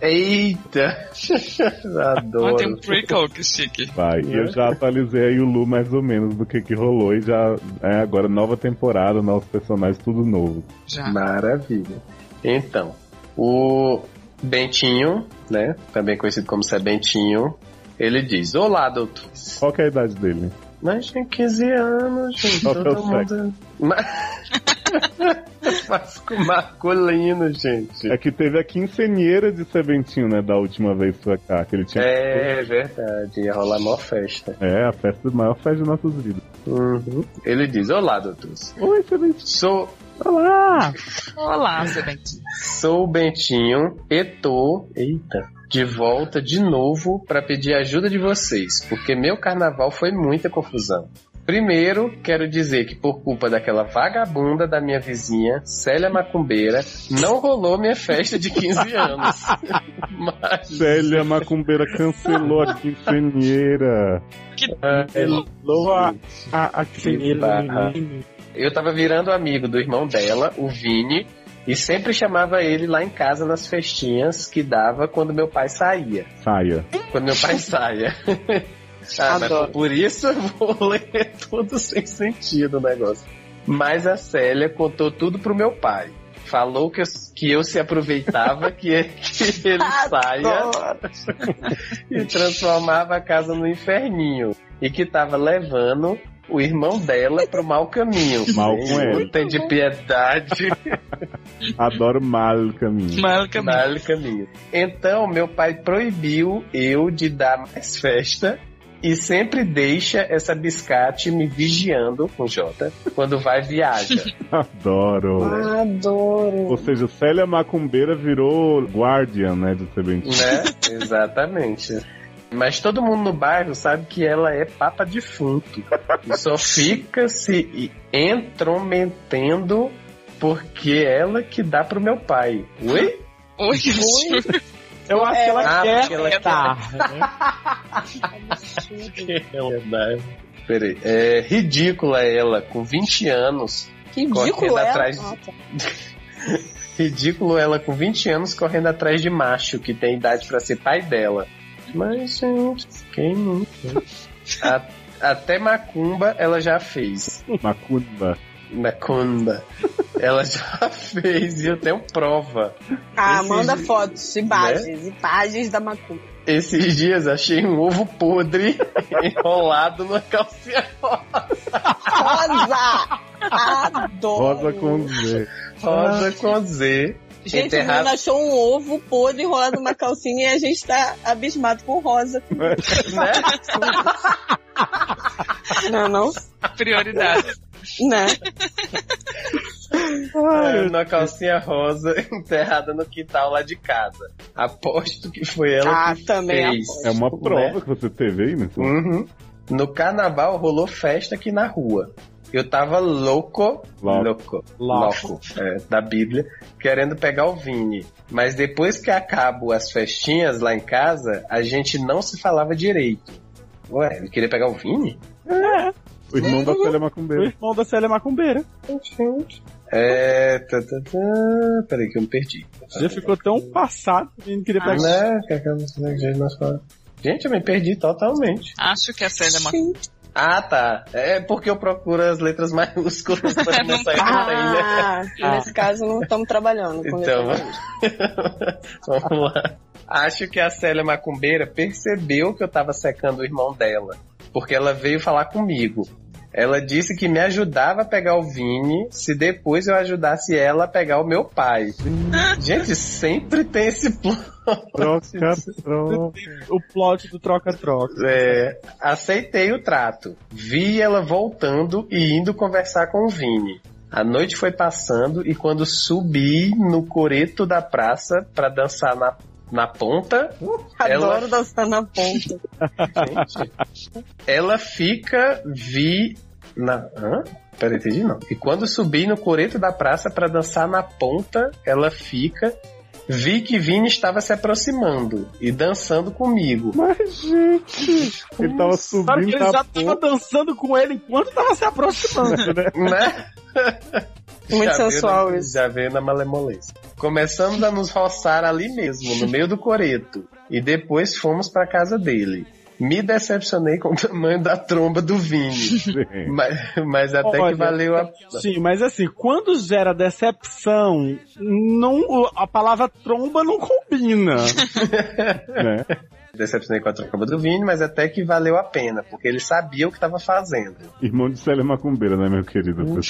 Eita! Ah, tem um Adoro. prequel, que chique. Vai, e eu já atualizei aí o Lu mais ou menos do que que rolou, e já é agora nova temporada, novos personagens, tudo novo. Já. Maravilha. Então, o Bentinho, né? Também conhecido como Sebentinho, ele diz: Olá, doutores. Qual que é a idade dele? Mas tem 15 anos, gente. Qual que é o Todo mundo. Mas... Mas com Marcolino, gente. É que teve a quinceneira de Seventinho, né? Da última vez pra cá. Que ele tinha... É, é verdade, ia rolar a maior festa. É, a festa maior festa de nossas vidas. Uhum. Ele diz: Olá, doutores. Oi, seu Bentinho. Sou. Olá! Olá, seu Bentinho. Sou o Bentinho e tô. Eita. De volta de novo para pedir a ajuda de vocês, porque meu carnaval foi muita confusão. Primeiro, quero dizer que por culpa daquela vagabunda da minha vizinha, Célia Macumbeira, não rolou minha festa de 15 anos. Mas... Célia Macumbeira cancelou a quinceneira. Que Cancelou a, a, a quinceneira. do barra. menino. Eu tava virando amigo do irmão dela, o Vini, e sempre chamava ele lá em casa nas festinhas que dava quando meu pai saía. Saia. Quando meu pai saia. Ah, mas Adoro. por isso eu vou ler tudo sem sentido o negócio. Mas a Célia contou tudo pro meu pai. Falou que eu, que eu se aproveitava que, que ele é? saia e transformava a casa no inferninho. E que tava levando o irmão dela pro mau caminho. Mal com Gente, ele. Não tem de piedade. Adoro mal caminho. Mal caminho. Então, meu pai proibiu eu de dar mais festa e sempre deixa essa biscate me vigiando com J quando vai viaja. Adoro. Adoro. Ou seja, Célia Macumbeira virou guardian, né? De Seventinho. né? Exatamente. Mas todo mundo no bairro sabe que ela é papa defunto. E só fica se entrometendo porque é ela que dá pro meu pai. Oi? Oi, Eu acho que ela tá. Ah, quer porque ela é- estar. Ela dá. Peraí. É ridícula ela, com 20 anos, Que ridículo Correndo é. atrás de- Ah, tá. Ridículo ela com 20 anos correndo atrás de macho que tem idade pra ser pai dela. Mas, gente, quem nunca? A- até macumba ela já fez. Macumba. Macumba. Ela já fez e eu tenho prova. Ah, Esse- manda fotos, né? imagens, imagens da macumba. Esses dias achei um ovo podre enrolado numa calcinha Rosa! Adoro! Rosa com Z. rosa com Z. Gente, o enterrado- Bruno achou um ovo podre enrolado numa calcinha e a gente tá abismado com rosa. né? Não, não. Prioridade. Né? É, Uma calcinha rosa enterrada no quintal lá de casa. Aposto que foi ela Ah, que também fez. É uma prova Né? que você teve aí, né? Uhum. No carnaval rolou festa aqui na rua. Eu tava louco, Louco. louco, Louco. louco, é, da Bíblia, querendo pegar o Vini. Mas depois que acabo as festinhas lá em casa, a gente não se falava direito. Ué, ele queria pegar o Vini? O irmão da Célia Macumbeira. O irmão da Célia Macumbeira. É. Tá, tá, tá, peraí que eu me perdi. Já ficou tão passado que não queria pegar. Né? Que aquela- que a gente nós fala. Gente, eu me perdi totalmente. Acho que a Célia é uma. Ah, tá. É porque eu procuro as letras maiúsculas pra não sair daí, né? Ah, nesse caso não estamos trabalhando com Então, letras vamos lá. Acho que a Célia Macumbeira percebeu que eu tava secando o irmão dela, porque ela veio falar comigo. Ela disse que me ajudava a pegar o Vini se depois eu ajudasse ela a pegar o meu pai. Gente, sempre tem esse plano. Troca, troca. O plot do troca-troca. É, aceitei o trato. Vi ela voltando e indo conversar com o Vini. A noite foi passando e quando subi no coreto da praça pra dançar na, na ponta, Adoro ela, dançar na ponta. gente, ela fica vi na hã? Peraí, entendi não. E quando subi no coreto da praça pra dançar na ponta, ela fica vi que Vini estava se aproximando e dançando comigo. Mas, gente, ele tava Claro que subindo ele já na tava ponta, dançando com ele enquanto tava se aproximando. né? né? Muito Já veio sensual na- isso. Já veio na malemolência. Começamos a nos roçar ali mesmo, no meio do coreto. E depois fomos pra casa dele. Me decepcionei com o tamanho da tromba do Vini. Gente, mas, mas até Olha, que valeu a. Sim, mas assim, quando gera decepção, não, o- a palavra tromba não combina. né? Decepcionei com a tromba do Vini, mas até que valeu a pena, porque ele sabia o que estava fazendo. Né? Irmão de Célia Macumbeira, né, meu querido? Né?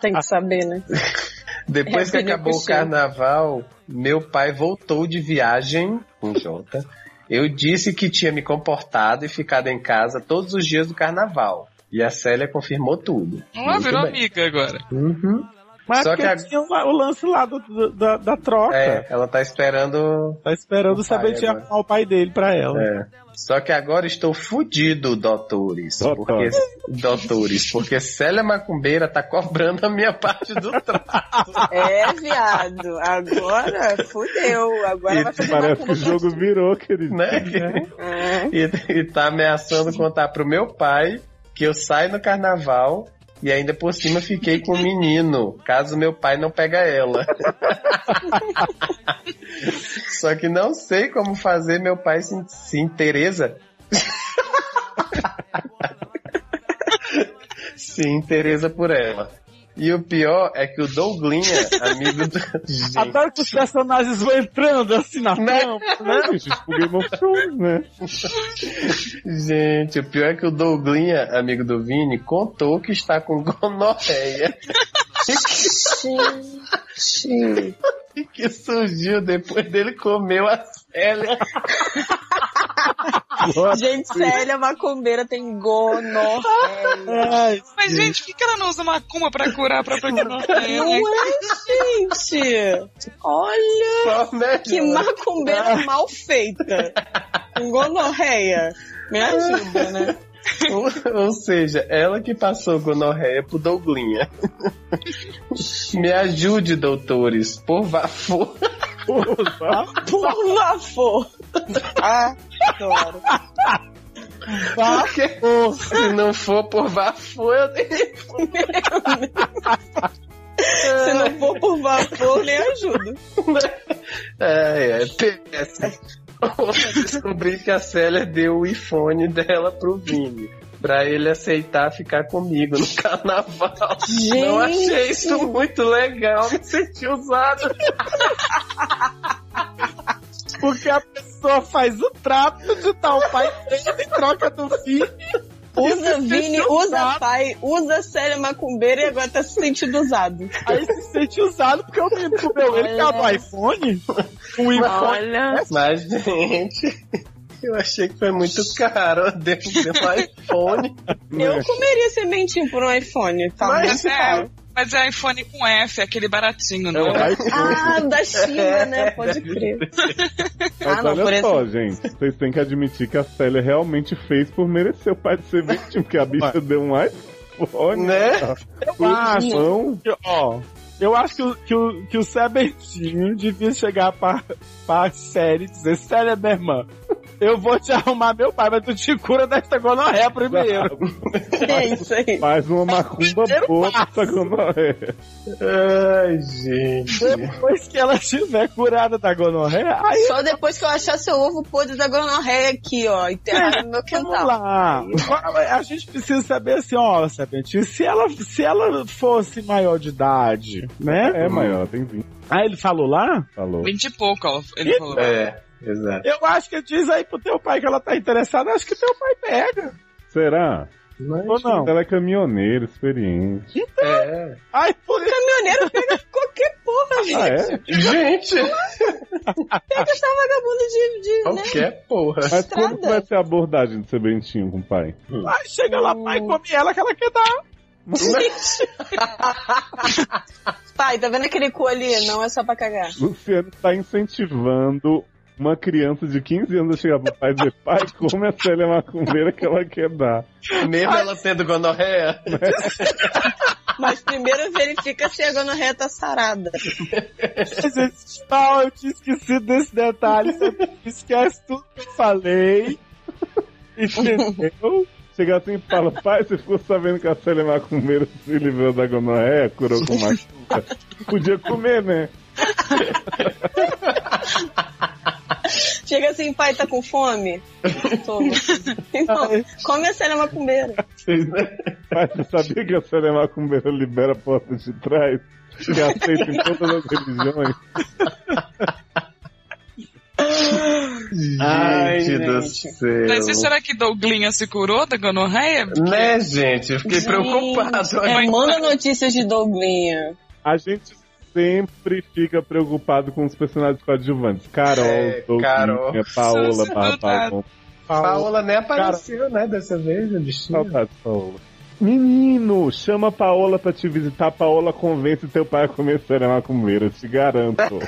Tem que saber, né? Depois que Revenue acabou o puxou. carnaval, meu pai voltou de viagem com Jota. Eu disse que tinha me comportado e ficado em casa todos os dias do carnaval. E a Célia confirmou tudo. Ah, Muito virou bem. amiga agora. Mas Só porque que a- tinha uma- o lance lá do- do- da, da troca. É, ela tá esperando. Tá esperando saber de agora. arrumar o pai dele pra ela. É. Só que agora estou fudido, doutores. Porque, doutores, porque Célia Macumbeira tá cobrando a minha parte do É, viado. Agora fudeu. Agora vai fazer É. uma o jogo virou, querido. Né? E, e tá ameaçando contar pro meu pai que eu saio no carnaval e ainda por cima fiquei com o menino, caso meu pai não pega ela. Só que não sei como fazer meu pai se, se interesa. se interesa por ela. E o pior é que o Douglinha, amigo do. Gente. Adoro que os personagens vão entrando assim na tampa, né? Gente, o pior é que o Douglinha, amigo do Vini, contou que está com gonorreia. E que surgiu depois dele comer a Célia. Gente, Célia é Macumbeira tem Ah, gonorreia. Mas, gente, por que que ela não usa macumba pra curar a própria é gonorreia? Não é, gente? Ah. Olha! Que macumbeira mal feita. Com Gonorreia. Me ajuda, né? ou, ou seja, ela que passou gonorreia pro Douglinha. Me ajude, doutores, por favor. Por favor. Ah, Adoro. Ah. Porque se não for por vapor, eu Se não for por vapor, nem ajudo. É, é, PS. Ontem descobri que a Célia deu o iPhone dela pro Vini. Pra ele aceitar ficar comigo no carnaval. Não achei isso muito legal, me senti usado. Porque a pessoa faz o trato de tal pai dele em troca do filho. Usa Vini, usa pai, usa Célia Macumbeira e agora tá se sentindo usado. Aí se sente usado porque o menino comeu ele, Olha. acabou o iPhone. O iPhone. Olha. Mas, gente, eu achei que foi muito caro. Deu deu um iPhone. Eu comeria sementinho por um iPhone, tá? Mas é, mas é iPhone com F, aquele um baratinho, não É o é? iPhone. Ah, da China, né? Pode crer. Mas Ah, não, por olha esse- só, gente, vocês têm que admitir que a Célia realmente fez por merecer o pai de ser vítima, porque a bicha deu um iPhone. Né? Por Eu acho, irmão. que, ó, eu acho que o, que o, que o Sebentinho devia chegar pra, pra série e dizer, Série, minha irmã, eu vou te arrumar meu pai, mas tu te cura desta gonorreia primeiro. É isso aí. Faz uma macumba boa pra essa gonorreia. Ai, gente. Depois que ela estiver curada da gonorreia, aí Só depois que eu achar seu ovo podre da gonorreia aqui, ó, enterrado no meu Vamos quintal. lá. A gente precisa saber assim, ó, Serpentinho, se ela, se ela fosse maior de idade, né? É maior, tem tá 20. Ah, ele falou lá? Falou. Vinte e pouco, ó, ele falou. É, exato. Eu acho que diz aí pro teu pai que ela tá interessada, acho que teu pai pega. Será? Ou não? Ela é caminhoneira, experiente. É. Ai, por isso. Caminhoneiro pega qualquer porra, gente. Ah, é? Gente! Pega essa vagabunda um de. de né? Qualquer porra. Mas Estrada. como que vai ser a abordagem do Sebentinho com o pai? Ai, chega lá, pai, come ela que ela quer dar. Pai, tá vendo aquele cu ali? Não é só pra cagar. Luciano tá incentivando uma criança de 15 anos a chegar pro pai e dizer: pai, come a Célia Macumbeira que ela quer dar. Mesmo ela tendo gonorreia. Mas primeiro verifica se a gonorreia tá sarada. Gente, Não, eu tinha esquecido desse detalhe. Você esquece tudo que eu falei. Entendeu? Chegar assim e fala, pai, você ficou sabendo que a Célia Macumbeira se livrou da gonorreia, curou com macumba? Podia comer, né? Chega assim, pai, tá com fome? Tô. Então, come a cena macumbeira. Pai, você sabia que a Célia Macumbeira libera a porta de trás? Que é aceita em todas as religiões? Ai, gente do gente. céu. Mas e será que Douglinha se curou da gonorreia? Né, gente? Eu fiquei Gente, preocupado. é, manda notícias de Douglinha. A gente sempre fica preocupado com os personagens coadjuvantes. Carol, É, Douglas, Carol. Paola, Isso é Barbalcon. verdade. Paola nem apareceu, né, dessa vez, a bichinha. Saudades, Paola. Menino, chama a Paola pra te visitar. Paola convence teu pai a comer uma eu te garanto.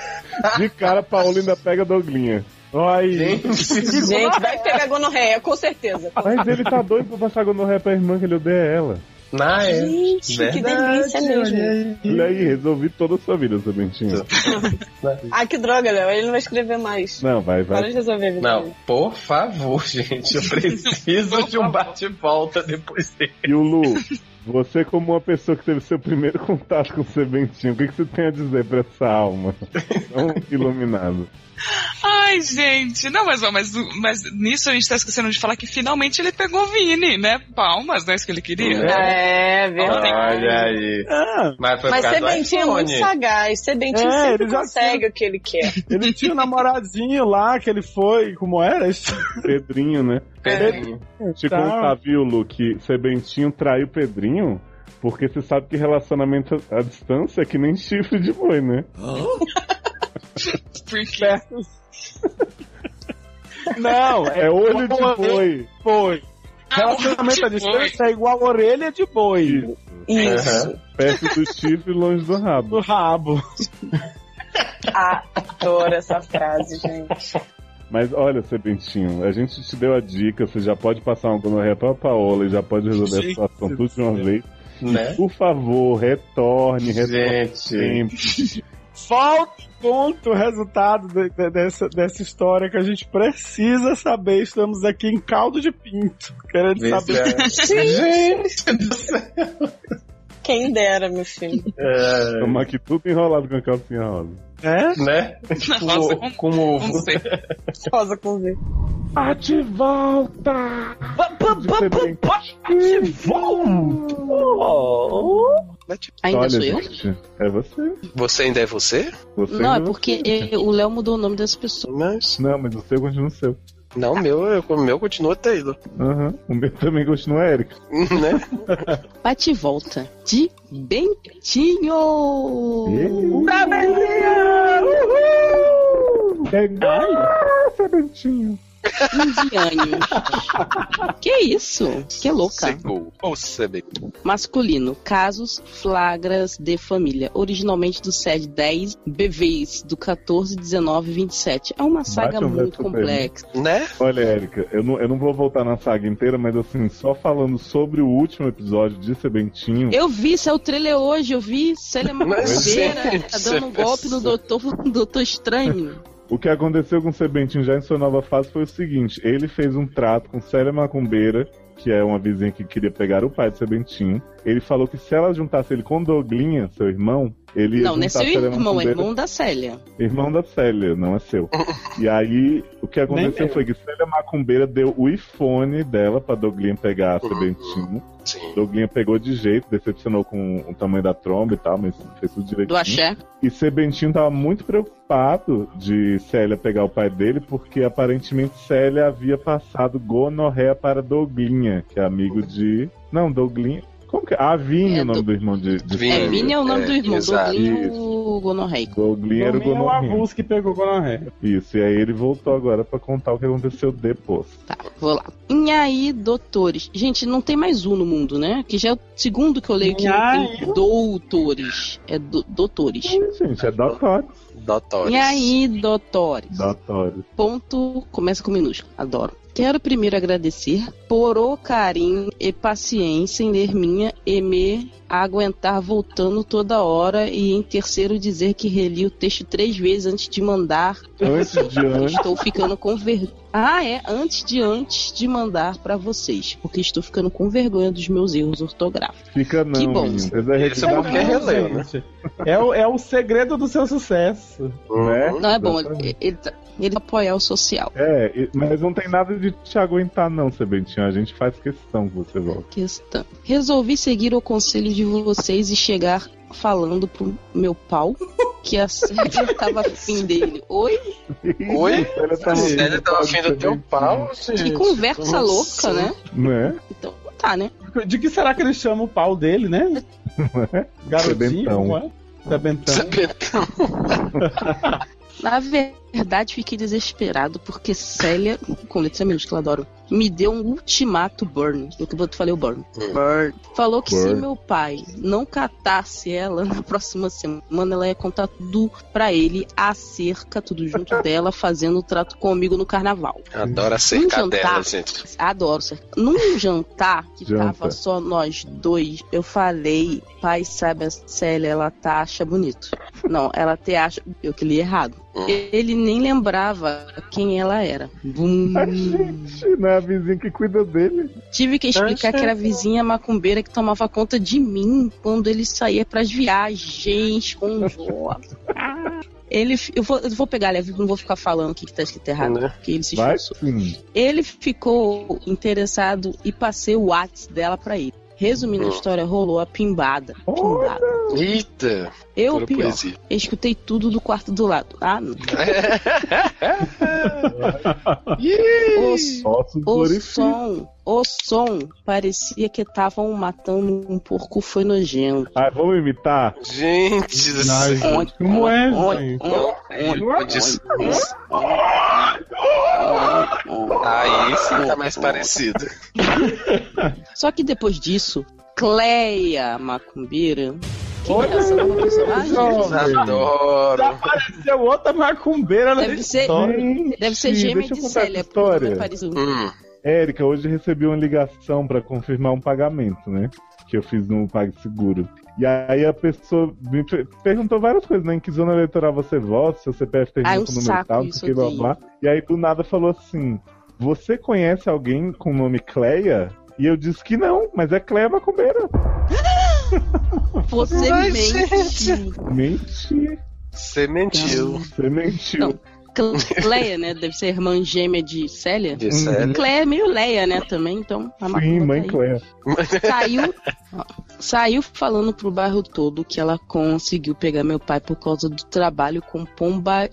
De cara, Paola ainda pega a Doglinha. Ai, Gente, vai pegar gonorreia, com certeza. mas ele tá doido pra passar gonorreia pra irmã que ele odeia ela. Ah, é. Gente, que delícia mesmo. Olha aí, resolvi toda a sua vida, Sementinho. Ah, que droga, Léo. Ele não vai escrever mais. Não, vai, Para vai. de resolver a vida Não, dele. por favor, gente, eu preciso de um bate-volta depois dele. E o Lu, você como uma pessoa que teve seu primeiro contato com o Sementinho, o que, que você tem a dizer pra essa alma tão iluminada? Ai, gente. Não, mas, ó, mas, mas nisso a gente tá esquecendo de falar que finalmente ele pegou o Vini, né? Palmas, não é isso que ele queria? né? É, Olha aí. Mas foi por Mas causa do Sebentinho é muito iPhone. sagaz. Sebentinho É, sempre ele já consegue o que ele quer. Ele tinha um namoradinho lá que ele foi, como era? Esse- Pedrinho, né? Pedrinho. Te Tá. contar, viu, Lu, que Sebentinho traiu Pedrinho porque você sabe que relacionamento à à distância é que nem chifre de boi, né? Não, É olho de orelha boi. de boi. Relacionamento à de distância é igual orelha de boi. Isso. Perto do chifre e longe do rabo. Do rabo. Adoro essa frase, gente. Mas olha, Sebentinho, a gente te deu a dica, você já pode passar uma gonorreia pra Paola e já pode resolver a situação tudo de uma vez. Né? E, Por favor, retorne, retorne sempre. Falta ponto o resultado de- de- dessa, dessa história que a gente precisa saber. Estamos aqui em caldo de pinto, querendo Vê se saber. é- Gente Quem dera, meu filho. é, Toma aqui tudo enrolado com a calcinha rosa. É? Né? Rosa Com, com ovo. Rosa com V. De volta! Ainda olha, sou eu? gente, É você. Você ainda é você? Você Não, é ainda porque eh, o Léo mudou o nome das pessoas. Mas... Não, mas o seu continua o seu. Não, o meu, eu- o meu continua Taylor. Aham. O meu também continua Eric. né? Bate e volta. De Bentinho! Ai, Sebentinho. Indiano. que isso? Que louca. Segou. Ou sabe. Masculino. Casos flagras de família. Originalmente do SED 10, BVs do 14, 19 e 27. É uma saga Bate um muito reto complexa. pra ele. Né? Olha, Érica, eu não, eu não vou voltar na saga inteira, mas assim, só falando sobre o último episódio de Sebentinho. Eu vi, saiu o trailer hoje, eu vi. Se ele é uma Mas, bobeira, gente, tá dando um golpe no doutor, doutor estranho. O que aconteceu com o Sebentinho já em sua nova fase foi o seguinte: ele fez um trato com Célia Macumbeira, que é uma vizinha que queria pegar o pai do Sebentinho. Ele falou que se ela juntasse ele com Doglinha, seu irmão, ele ia Não, não é juntar seu Célia irmão, é Macumbeira- irmão da Célia. Irmão da Célia, não é seu. E aí, o que Nem aconteceu meu. foi que Célia Macumbeira deu o iPhone dela pra Doglinha pegar Uhum. a Sebentinho. Doglinha pegou de jeito, decepcionou com o tamanho da tromba e tal, mas fez tudo direitinho. Do axé. E Sebentinho tava muito preocupado de Célia pegar o pai dele, porque aparentemente Célia havia passado gonorreia para Doglinha, que é amigo de... Não, Doglinha... Como que é? Ah, Vini é o nome do irmão de, de É, Célia. Vini é o nome do irmão, exato. Doglinho é o gonorreico. Doglinha era o Doglinha é o gonorreia. avulso que pegou gonorreia. Isso, e aí ele voltou agora pra contar o que aconteceu depois. Vou lá. Inhaí Doutores. Gente, não tem mais um no mundo, né? Que já é o segundo que eu leio que não tem doutores. É do, doutores. Gente, é Dotores. Dotores. Inhaí Doutores. Dotores. Ponto. Começa com minúsculo. Adoro. Quero primeiro agradecer por o carinho e paciência em ler minha e me aguentar voltando toda hora e em terceiro dizer que reli o texto três vezes antes de mandar Antes de antes. Estou ficando com vergonha. Ah, é, antes de antes de mandar pra vocês, porque estou ficando com vergonha dos meus erros ortográficos. Fica não, Que bom. menino. Esse é Esse é porque é releio, né? É o, é o segredo do seu sucesso. Né? Não é bom, ele, ele, tá- ele apoiar o social. É, e- mas não tem nada de te aguentar, não, Sebentinho. A gente faz questão que você volte. Questão. Resolvi seguir o conselho de vocês e chegar falando pro meu pau que a Célia tava afim dele. Oi? Oi? Ela tá Célia tava afim do teu pau, gente. Que conversa louca, né? Né? Então tá, né? é? De que será que ele chama o pau dele, né? Garotinho, Sebentão. não é? Sabentão. Sabentão. Na verdade, fiquei desesperado porque Célia, com letra minúscula, adoro, me deu um ultimato burn. Eu que boto- falei o burn. Burn. Falou que se Burn. meu pai não catasse ela na próxima semana, ela ia contar tudo pra ele acerca, tudo junto dela, fazendo o trato comigo no carnaval. Adoro a cercadela, gente. Adoro isso. Num jantar que Janta. tava só nós dois, eu falei, pai, sabe, a Célia, ela tá acha bonito. Não, ela te acha. Eu que li errado. Ele nem lembrava quem ela era. Bum. A É, gente, né? A vizinha que cuida dele. Tive que explicar que era a vizinha macumbeira que tomava conta de mim quando ele saía pras viagens com o Jó. Ah. Ele, fi- eu, vou, eu vou pegar, leve, não vou ficar falando o que, que tá escrito errado. Né? Porque ele se Vai esforçou. sim. Ele ficou interessado e passei o WhatsApp dela pra ele. Resumindo a Hum. história, rolou a pimbada. Pimbada. Eita! Eu, Pura pior, poesia. escutei tudo do quarto do lado. Ah, não. O, s- Ossos o glorifica. som, o som parecia que estavam matando um porco, foi nojento. Ah, vamos imitar? Gente do céu. Como é, gente? Onde se- Aí sim tá mais parecido. Só que depois disso, Cleia Macumbeira. Que Olha essa nova personagem? Adoro. Apareceu outra macumbeira na Deve ser- história. deve ser Sim, gêmea deixa eu de contar Célia, essa porque história. não é parecido. Hum. Érica, hoje recebi uma ligação pra confirmar um pagamento, né? Que eu fiz no PagSeguro. E aí a pessoa me per- perguntou várias coisas, né? Em que zona eleitoral você vota, seu CPF termina Ai, um com o número saco tal, não isso, sei o que, blá, odeio. blá. E aí do nada falou assim, você conhece alguém com o nome Cleia? E eu disse que não, mas é Cleia Macumbeira. Você Ai, mente. Mentir. Você mentiu. Você mentiu. Cleia, né? Deve ser irmã gêmea de Célia. De Célia. Cleia é meio Leia, né? Também, então. a Sim, macumba mãe tá aí. Cleia. Saiu, saiu falando pro bairro todo que ela conseguiu pegar meu pai por causa do trabalho com Pomba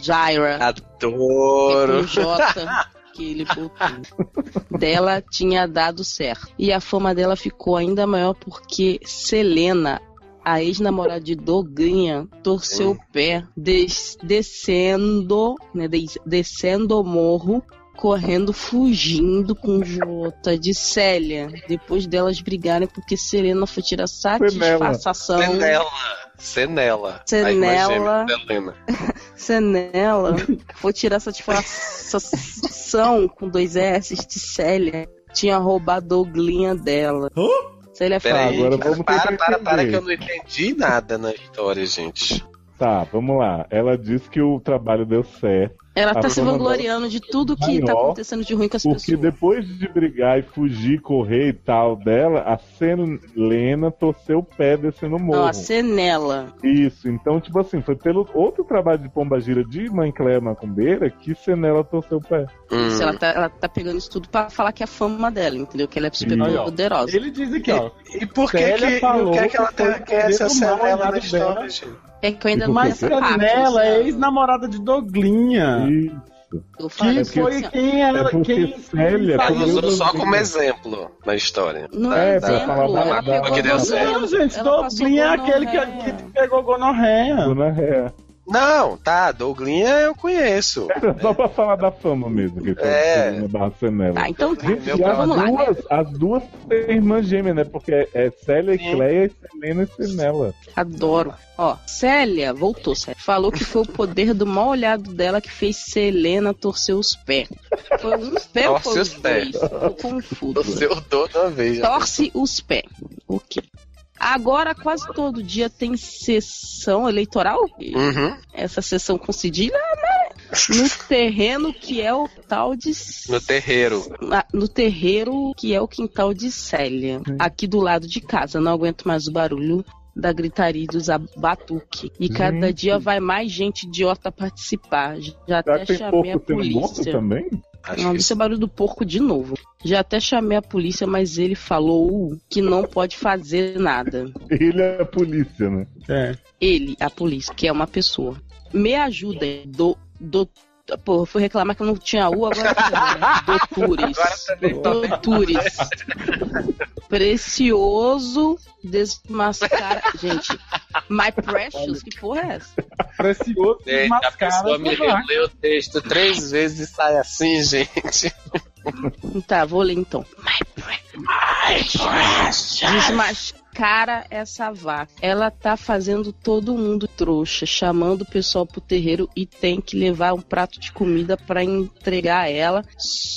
Jaira. Adoro. É Com J que ele botou. Dela tinha dado certo. E a fama dela ficou ainda maior porque Selena, a ex-namorada de Doganha, torceu o pé des- descendo, né, des- descendo o morro. Correndo, fugindo com Jota de Célia. Depois delas brigarem porque Selena foi tirar satisfação. Então- Senela. Senela. A irmã Senela. gêmea da Helena. Senela, vou tirar satisfação com dois S de Célia. Tinha roubado a oglinha dela. Célia fala. Pera aí, para, para, para, para, que eu não entendi nada na história, gente. Tá, vamos lá. Ela disse que o trabalho deu certo. Ela A tá se fama vangloriando de tudo que tá Maior, acontecendo de ruim com as Porque pessoas. depois de brigar e fugir, correr e tal dela, a Selena torceu o pé descendo o morro. Não, a Senela. Isso, então, tipo assim, foi pelo outro trabalho de Pomba Gira de Mãe Cléia Macumbeira que Senela torceu o pé. Hum. Hum. Isso, Ela, tá, ela tá pegando isso tudo pra falar que é a fama dela, entendeu? Que ela é super Aí, ó. poderosa. Ele diz aqui, ó. E por que Célia que, falou não quer que ela que tenha foi que essa do mal Senela do na bem. história, gente? É que eu ainda não Mas essa parte. Canela Ah, é ex-namorada de Doglinha. Eu Ah, Que falo assim, foi ó. quem ela. É porque quem Célia quem Ela saiu usou do- só como exemplo na história. Não é É, pra exemplo, falar da- ela da- pegou que deu da- certo. Não, gente, Doglinha é aquele que, que pegou gonorreia. tipo, Gonorreia. Não, tá, Douglinha eu conheço. Era só pra falar da fama mesmo. Que É. Foi barra Senela. Tá, então tá. Gente, e Então as, vamos lá. duas, as duas têm irmã gêmea, né? Porque é- é Célia e Sim. Cleia, e Selena e Senela. Adoro. Ó, Célia voltou, Célia. Falou que foi o poder do mal olhado dela que fez Selena torcer os pés. Foi um pé ou foi Torce os os pés. dois? Tô confuso. Torce o dor da vez. Torce os pés. O quê? Agora quase todo dia tem sessão eleitoral. Hum. Uhum. Essa sessão com cedilha né? no terreno que é o tal de No terreiro. na- Ah, no terreiro que é o quintal de Célia, Hum. aqui do lado de casa. Não aguento mais o barulho da gritaria e dos ab- batuque. E cada Gente. dia vai mais gente idiota participar. Já Será que até tem chamei a porco tendo moto polícia. também? Não, isso é barulho do porco de novo. Já até chamei a polícia, mas ele falou que não pode fazer nada. Ele é a polícia, né? É. Ele, a polícia, que é uma pessoa. Me ajudem, do, doutor Porra, fui reclamar que eu não tinha U, agora tem. Doutores. Doutores. Precioso desmascara. Gente, my precious, que porra é essa? Precioso Gente, É, a pessoa me releu o texto três vezes e sai assim, gente. Tá, vou ler então. Desmascara essa vaca. Ela tá fazendo todo mundo trouxa, chamando o pessoal pro terreiro e tem que levar um prato de comida pra entregar a ela.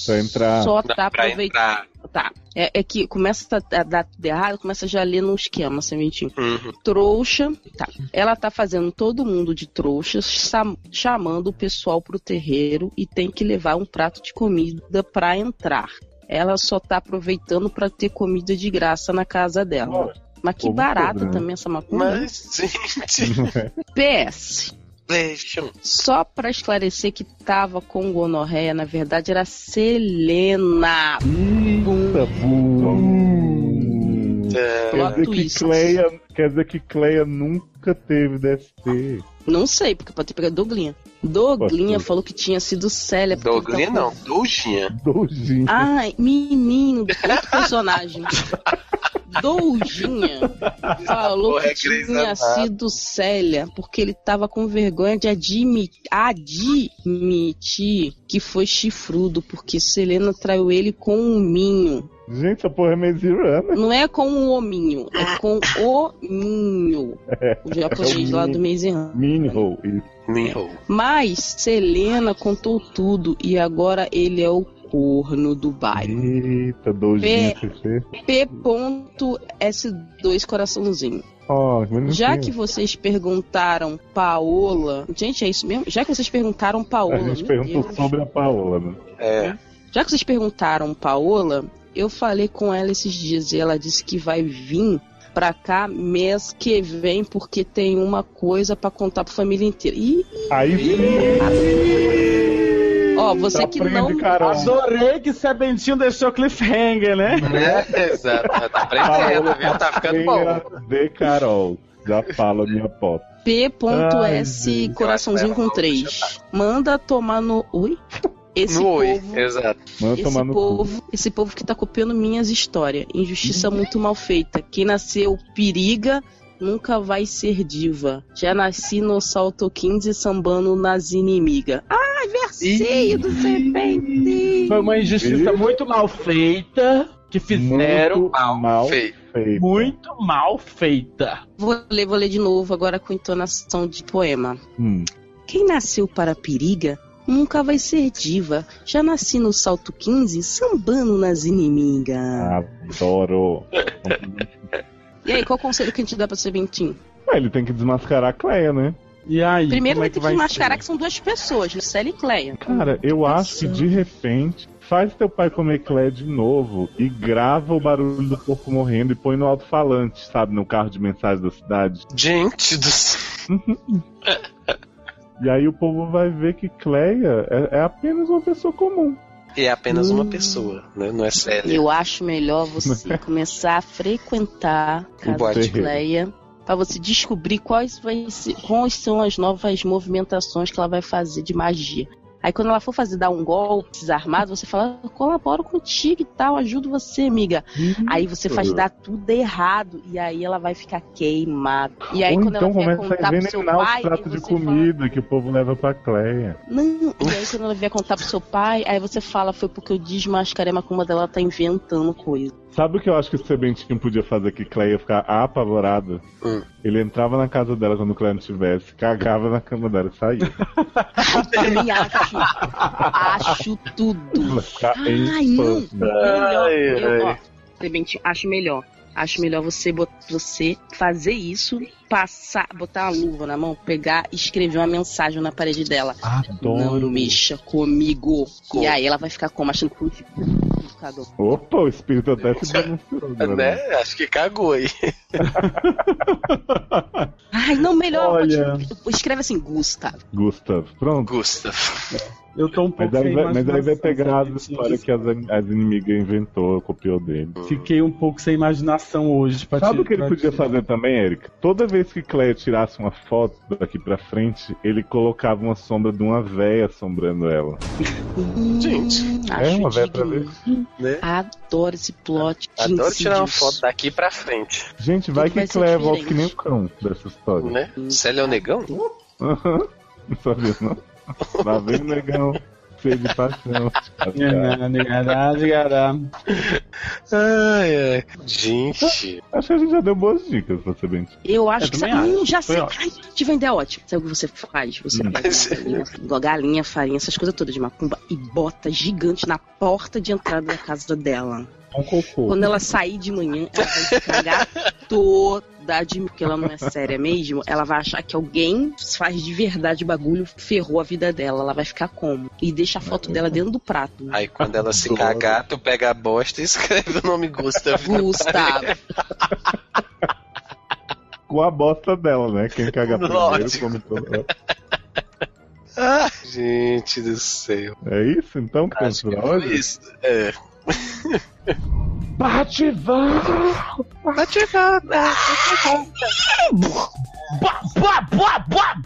Pra entrar. Só tá aproveitando. Tá. É, é que começa a a dar tudo errado, começa já a ler num esquema, sementinho. Uhum. Trouxa. Tá. Ela tá fazendo todo mundo de trouxa, cham- chamando o pessoal pro terreiro e tem que levar um prato de comida pra entrar. Ela só tá aproveitando pra ter comida de graça na casa dela. Mas que povo barata pobre, né? também essa macumba. né? Mas, gente. PS. Só pra esclarecer que tava com gonorreia, na verdade era Selena. Eita, Hum. bum. Quer dizer, que Cleia, quer dizer que Cleia nunca teve DST. Não sei, porque pode ter pegado Doglinha. Doglinha falou que tinha sido Célia. porque Douglinha ele tava- não, Douginha. Douginha. Ai, menino, outro personagem. Doujinha falou Porra, é que Grey's tinha Anatomy. sido Célia, porque ele tava com vergonha de admi- admitir que foi chifrudo, porque Selena traiu ele com um minho. Gente, essa porra é meio zirana. Não é com um hominho, é com o minho. O É japonês lá do Meizinho. Minho. Uhum. Minho. Mas Selena contou tudo e agora ele é o corno do bairro. Eita, Douginha P- CC. P.S2 coraçãozinho. Ó, menos Já tempo. que vocês perguntaram Paola. Gente, é isso mesmo? Já que vocês perguntaram Paola. A gente meu perguntou Deus. sobre a Paola, né? É. Já que vocês perguntaram Paola, eu falei com ela esses dias e ela disse que vai vir pra cá mês que vem porque tem uma coisa pra contar pra família inteira. Ih, Aí ó, você que não. Adorei que Sebentinho deixou cliffhanger, né? É, exato. Tá aprendendo, viu? Tá ficando bom. De Carol. Já fala a minha aposta. Ai, P.S. coraçãozinho com 3. Manda tomar no. Oi? Esse no oi, povo. exato. Esse povo, esse povo que tá copiando minhas histórias. Injustiça muito mal feita. Quem nasceu periga nunca vai ser diva. Já nasci no salto 15 sambando nas inimigas. Ai, versinho do serpente! Foi uma injustiça muito mal feita que fizeram Muito mal, mal feita. Muito mal feita. Vou ler, vou ler de novo agora com entonação de poema. Hum. Quem nasceu para periga nunca vai ser diva. Já nasci no salto 15 sambando nas Ah, inimigas. Adoro. E aí, qual o conselho que a gente dá pra serpentinho? Ah, ele tem que desmascarar a Cleia, né? E aí? é Primeiro é vai ter que mascarar que são duas pessoas, Lucélia e Cleia. Cara, eu acho que de repente faz teu pai comer Cleia de novo e grava o barulho do corpo morrendo e põe no alto-falante, sabe? No carro de mensagem da cidade. Gente do céu. E aí o povo vai ver que Cleia é, é apenas uma pessoa comum. E é apenas Hum. uma pessoa, né? Não é Célia. Eu acho melhor você começar a frequentar a O casa boate. de Cleia pra você descobrir quais, vai ser- quais são as novas movimentações que ela vai fazer de magia. Aí quando ela for fazer dar um golpe desarmado, você fala, eu colaboro contigo e tal, ajudo você, amiga. Aí você Uhum. faz dar tudo errado e aí ela vai ficar queimada. E aí Ou quando então ela começa vier a contar pro seu envenenar os pai, pratos de comida que o povo leva pra Cleia. Não, e aí quando ela vier contar pro seu pai, aí você fala, foi porque eu desmascarei a macumba dela, ela tá inventando coisa. Sabe o que eu acho que o Sebentinho podia fazer que Cleia ia ficar apavorada? Ele entrava na casa dela quando Cleia não estivesse, cagava na cama dela e saía. Também acho. acho tudo. Ela ficar Ai, em não. espanto. Melhor, eu, ó, ai. Clemente, acho melhor. Acho melhor você, bot- você fazer isso, passar, botar uma luva na mão, pegar e escrever uma mensagem na parede dela. Adoro. Não mexa comigo. E aí ela vai ficar como? Achando que eu te- educador. Opa, o espírito até se denunciou. galera. Né? Acho que cagou aí. Ai, não, melhor. Olha. pode- Escreve assim, Gustavo. Gustavo, pronto. Gustavo. Eu tô um Mas pouco aí, sem vai, mas aí vai imaginação, pegar as sabe? histórias que as, as inimigas inventou, copiou dele. Fiquei um pouco sem imaginação hoje. Pra Sabe te- o que ele pra podia te- fazer também, Eric? Toda vez vez que Cleia tirasse uma foto daqui pra frente, ele colocava uma sombra de uma véia assombrando ela. Gente, é uma véia pra ver. Adoro esse plot. Adoro Gente, tirar uma Deus. foto daqui pra frente. Gente, vai Tudo vai que ser Cleia volta diferente. que nem o cão dessa história. Né? Hum. Célia é o negão? Aham. Não sabia, não? Lá vem o negão. Cheio de paixão. É, né, Ai, ai. Gente. Acho que a gente já deu boas dicas pra ser bem. Eu acho Eu que também sabe. acho. Hum, já Foi sei. ótimo. Ai, te vender é ótimo. Sabe o que você faz? Você Hum. pega uma galinha, galinha, farinha, essas coisas todas de macumba e bota gigante na porta de entrada da casa dela. Um cocô. Quando ela sair de manhã, ela vai se cagar toda de mim, porque ela não é séria mesmo. Ela vai achar que alguém faz de verdade o bagulho, ferrou a vida dela. Ela vai ficar como? E deixa a foto dela dentro do prato. Aí quando ela se cagar, tu pega a bosta e escreve o nome Gustav. Gustavo. Com a bosta dela, né? Quem caga primeiro Lógico. come toda. Ah, gente do céu. É isso então que temos pra Foi hoje? Isso. É. Bativando! Bativando!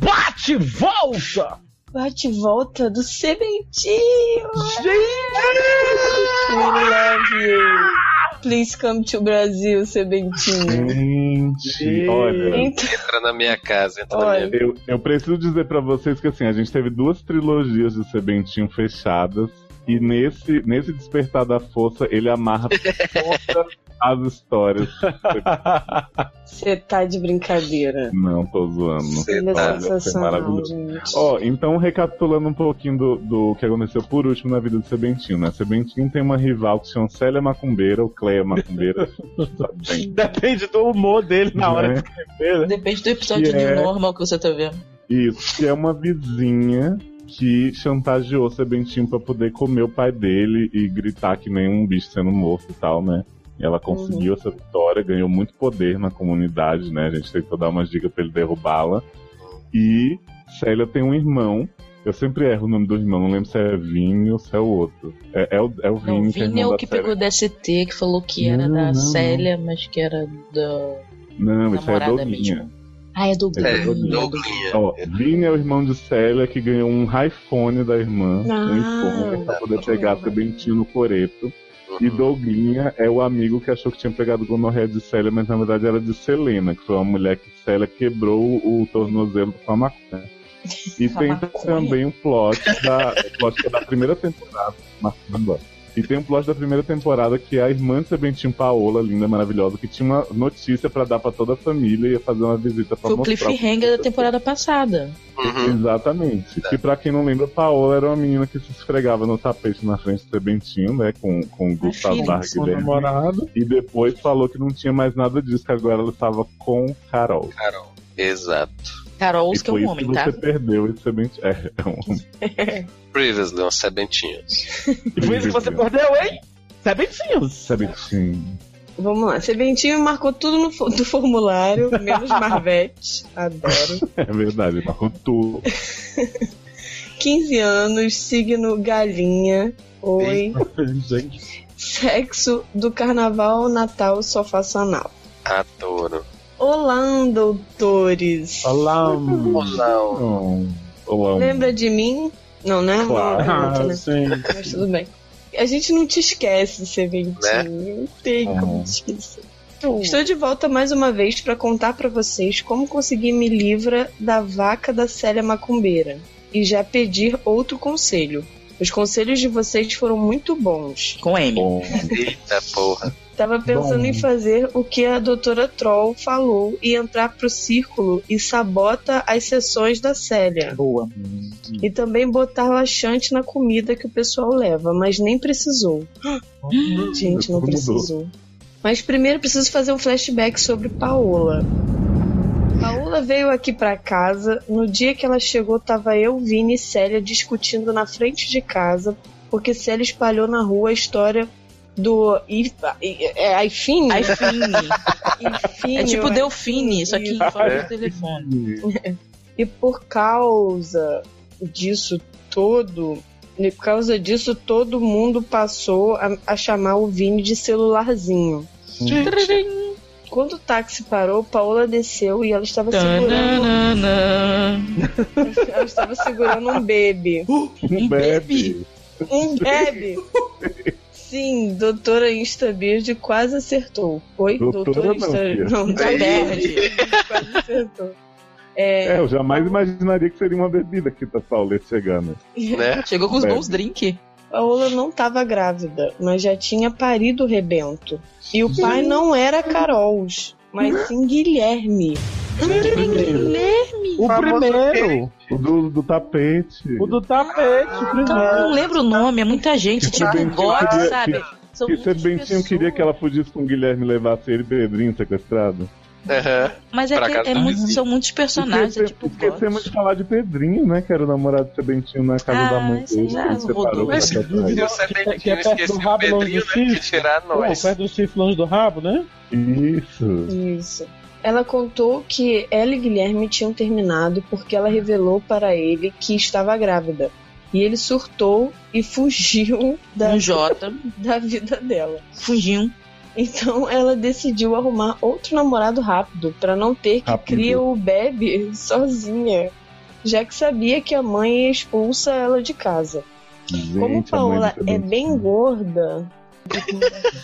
Bate e volta! Bate e volta do sementinho! We love you! Please come to Brasil, sementinho! Gente, olha. Então, Entra na minha casa, entra na minha Eu, eu preciso dizer pra vocês que assim, a gente teve duas trilogias de Sebentinho fechadas. E nesse, nesse Despertar da Força, ele amarra todas as histórias. você tá de brincadeira. Não, tô zoando. Ele é Olha, foi sensacional, maravilhoso. gente. Ó, então recapitulando um pouquinho do, do que aconteceu por último na vida do Sebentinho, né? Sebentinho tem uma rival que se chama Célia Macumbeira ou Cleia Macumbeira. Depende do humor dele na É. hora de Né? escrever. né? Depende do episódio Que é- de normal que você tá vendo. Isso, que é uma vizinha que chantageou o Sebentinho pra poder comer o pai dele e gritar que nem um bicho sendo morto e tal, né? E ela conseguiu Uhum. essa vitória, ganhou muito poder na comunidade, né? A gente tentou dar umas dicas pra ele derrubá-la. E Célia tem um irmão. Eu sempre erro o nome do irmão, não lembro se é Vini ou se é o outro. É, é o, é o Vini, que é Vini é irmão o da que Célia. pegou DST, que falou que era Não, da não, não. Célia, mas que era da. Não, esse é namorada Doguinha. Ah, é do Esse é Glenn. Doguinha. Ó, Vini é o irmão de Célia que ganhou um iPhone da irmã, um Ah. iPhone pra poder pegar sebentinho no coreto. E Hum. Então, Doguinha é o amigo que achou que tinha pegado gonorreia de Célia, mas na verdade era de Selena, que foi uma mulher que Célia quebrou o tornozelo com a maconha. E Com a tem maconha? também o plot da, o plot da primeira temporada. Macumba. E tem um plot da primeira temporada que é a irmã de Sebentinho Paola, linda, maravilhosa, que tinha uma notícia pra dar pra toda a família e ia fazer uma visita pra Foi o mostrar. cliffhanger da temporada passada. Uhum. Uhum. Exatamente. Que pra quem não lembra, Paola era uma menina que se esfregava no tapete na frente do Sebentinho, né? Com, com o Gustavo filha, Barra sua Guilherme. E depois falou que não tinha mais nada disso, que agora ela estava com Carol. Carol. Exato. Carol, E que é foi um isso homem, que tá? você perdeu esse Sebentinho. É, é um homem. Previously, um sebentinhos. E foi isso que você perdeu, hein? Sebentinhos. Sebentinho. Vamos lá, sementinho marcou tudo no, fo- do formulário, menos Marvete. Adoro. É verdade, ele marcou tudo. 15 anos, signo galinha. Oi. Gente, Sexo do carnaval ao Natal só faço anal. Adoro. Olá, doutores. Olá, Olá. Lembra de mim? Não, né? Não, Claro, pergunta, né? sim. Mas tudo bem. A gente não te esquece, Seventinho. Né? Não tem Ah. como te esquecer. Estou de volta mais uma vez para contar para vocês como consegui me livrar da vaca da Célia Macumbeira e já pedir outro conselho. Os conselhos de vocês foram muito bons. Com M. Eita porra. Tava pensando Bom. em fazer o que a doutora Troll falou e entrar pro círculo e sabota as sessões da Célia. Boa. E também botar laxante na comida que o pessoal leva, mas nem precisou. Gente, não Mudou. precisou. Mas primeiro preciso fazer um flashback sobre Paola. Paola veio aqui pra casa. No dia que ela chegou, tava eu, Vini e Célia discutindo na frente de casa, porque Célia espalhou na rua a história do I- I- é, Aifine. Aifine. É tipo eu- Delfine, só que Isso. fora É. do telefone. E por causa disso todo, e por causa disso todo mundo passou a, a chamar o Vini de celularzinho. Quando o táxi parou, Paola desceu e ela estava segurando. Tananana. Ela estava segurando um bebê. Um bebe. Um bebê! Sim, doutora Instabird quase acertou. Oi? Doutora não, filha. Não, da Bird. quase acertou. É, É, eu jamais imaginaria que seria uma bebida que tá Paulette chegando. É. Chegou com os bons drinks. Paola não estava grávida, mas já tinha parido o rebento. E o pai não era Carol's, mas sim Guilherme. Guilherme? O primeiro! O do, do tapete. O do tapete, o primeiro. Então, eu não lembro o nome, é muita gente, Esse tipo um Bentinho God, queria- sabe? que- São que esse muitas Bentinho pessoas. queria que ela fugisse com o Guilherme e levasse ele e Pedrinho sequestrado. Uhum. Mas é Pra que casa é não muito- existe. são muitos personagens, é tipo Esquecemos de falar de Pedrinho, né? Que era o namorado do Sebentinho na casa da mãe dele, que ele separou pra Mas se casar com ele. você bem que é perto esqueceu do o rabo, Pedrinho, longe do né? Que tirar Pô, é nós. perto do chifre longe do rabo, né? Isso. Isso. Ela contou que ela e Guilherme tinham terminado porque ela revelou para ele que estava grávida. E ele surtou e fugiu da, Um Jota. da vida dela. Fugiu. Então ela decidiu arrumar outro namorado rápido para não ter que Rápido. criar o bebê sozinha, já que sabia que a mãe expulsa ela de casa. Como Gente, a mãe Paola do Sebentinho. é bem gorda,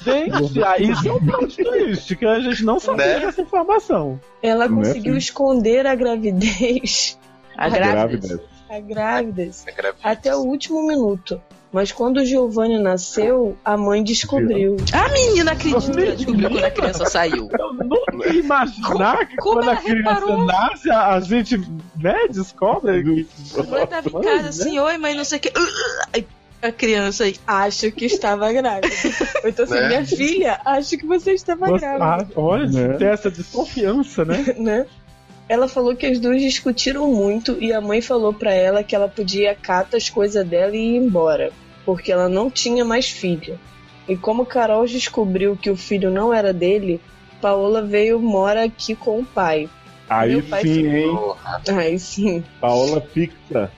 Gente, ah, isso é um plot twist, que a gente não sabia Né? essa informação. ela Não é conseguiu assim. esconder a gravidez. Tá A gravidez. gravidez. A gravidez. Até o último minuto. Mas quando o Giovanni nasceu, a mãe descobriu. A menina acredita que descobriu quando a criança saiu. Nunca imaginar que quando a criança nasce, a a gente né, descobre que. A mulher tava em casa assim, oi mãe, não sei o que. Uh, Ai, A criança aí. Acho que estava grávida. Eu então, assim, Né? minha filha, acho que você estava Você- ah, grávida. olha, Né? tem essa desconfiança, né? né? Ela falou que as duas discutiram muito e a mãe falou pra ela que ela podia catar as coisas dela e ir embora, porque ela não tinha mais filha. E como Carol descobriu que o filho não era dele, Paola veio mora aqui com o pai. Aí Meu pai sim, ficou- hein? Aí sim. Paola fixa.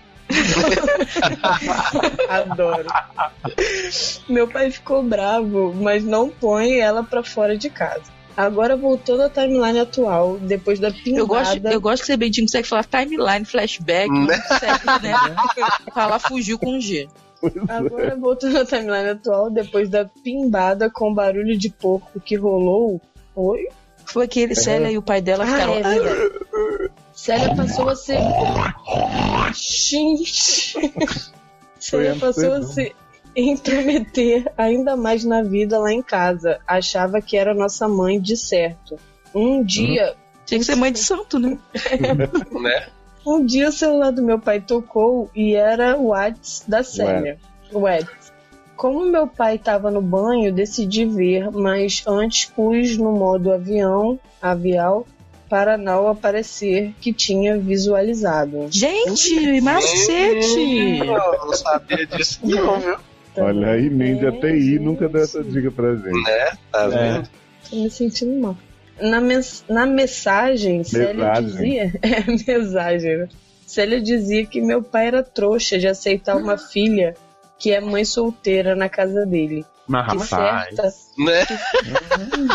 Adoro. Meu pai ficou bravo, mas não põe ela pra fora de casa. Agora voltando à timeline atual, depois da pingada... Eu gosto, eu gosto que você bem consegue falar timeline, flashback, não consegue, né? Falar fugiu com um G. Agora voltando à timeline atual, depois da pimbada com barulho de porco que rolou, foi? Foi É. aquele Célia e o pai dela ficaram- É verdade. Célia passou a ser. Gente! Célia Foi passou a antes, se intrometer ainda mais na vida lá em casa. Achava que era nossa mãe de certo. Um dia. Tinha que ser mãe de santo, né? Né? Um dia o celular do meu pai tocou e era o Whats da Célia. Whats. Como meu pai estava no banho, decidi ver, mas antes pus no modo avião, avial, para não aparecer que tinha visualizado. Gente, macete! Eu não sabia disso, não, viu? Então, Olha aí, Mandy, a TI nunca deu essa dica pra gente. Né? É. Tá vendo? Tô me sentindo mal. Na, mens na mensagem, Célia Mesagem. dizia. É, mensagem. né? Célia dizia que meu pai era trouxa de aceitar uma filha que é mãe solteira na casa dele. Mas, que rapaz. certa, Né? Uhum.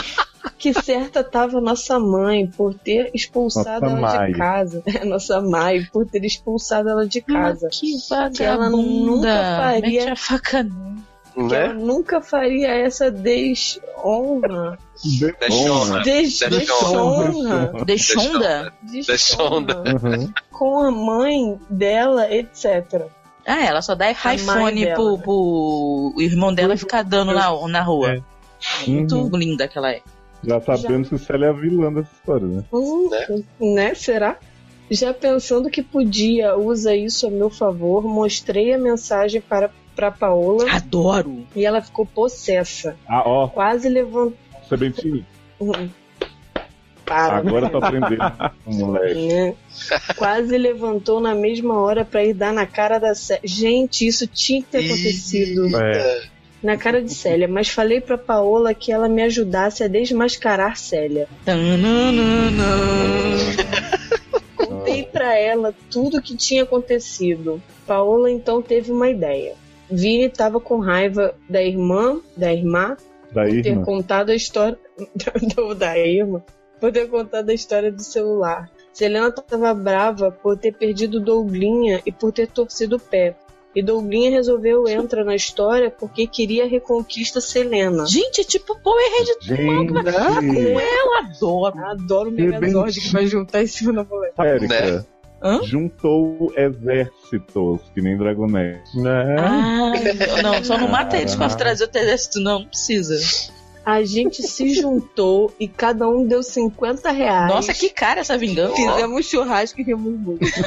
que certa tava nossa mãe por ter expulsado Nossa ela mãe. Hum, de casa. É, Nossa mãe por ter expulsado ela de casa. que que ela nunca faria. Mete a faca que Né? né? ela nunca faria essa desonra. né? Deixona. Des- Deixona. Deixona. Deixonda? Deixonda. com a mãe dela, etc. Ah, ela só dá mãe iPhone dela, né? pro, pro o irmão dela ficar dando na, na rua. Muito Uhum. linda que ela é. Já sabemos que Célia é a vilã dessa história, né? Hum, né? Será? Já pensando que podia, usa isso a meu favor, mostrei a mensagem para, para Paola. Adoro! E ela ficou possessa. Ah, ó, Quase levantou. Sebentinho, Para. agora tá aprendendo, moleque. Né? Quase levantou na mesma hora pra ir dar na cara da Célia. Gente, isso tinha que ter acontecido. É. Na cara de Célia, mas falei pra Paola que ela me ajudasse a desmascarar Célia. Contei pra ela tudo o que tinha acontecido. Paola então teve uma ideia. Vini tava com raiva da irmã, da irmã, Da ter irmã. contado a história do, da Irma, por ter contado a história do celular. Selena estava brava por ter perdido Douglinha e por ter torcido o pé. E Douglinha resolveu entrar na história porque queria a reconquista Selena. Gente, é tipo Power Rangers Gente, é eu adoro. Adoro o Megazord Ah, que vai juntar esse cima Érica, juntou exércitos, que nem Dragonete. Né? Ah, não, só não mata eles com Ah. a trazer o exército, não, não precisa. A gente se juntou e cada um deu 50 reais. Nossa, que cara essa vingança. Fizemos churrasco e rimos muito.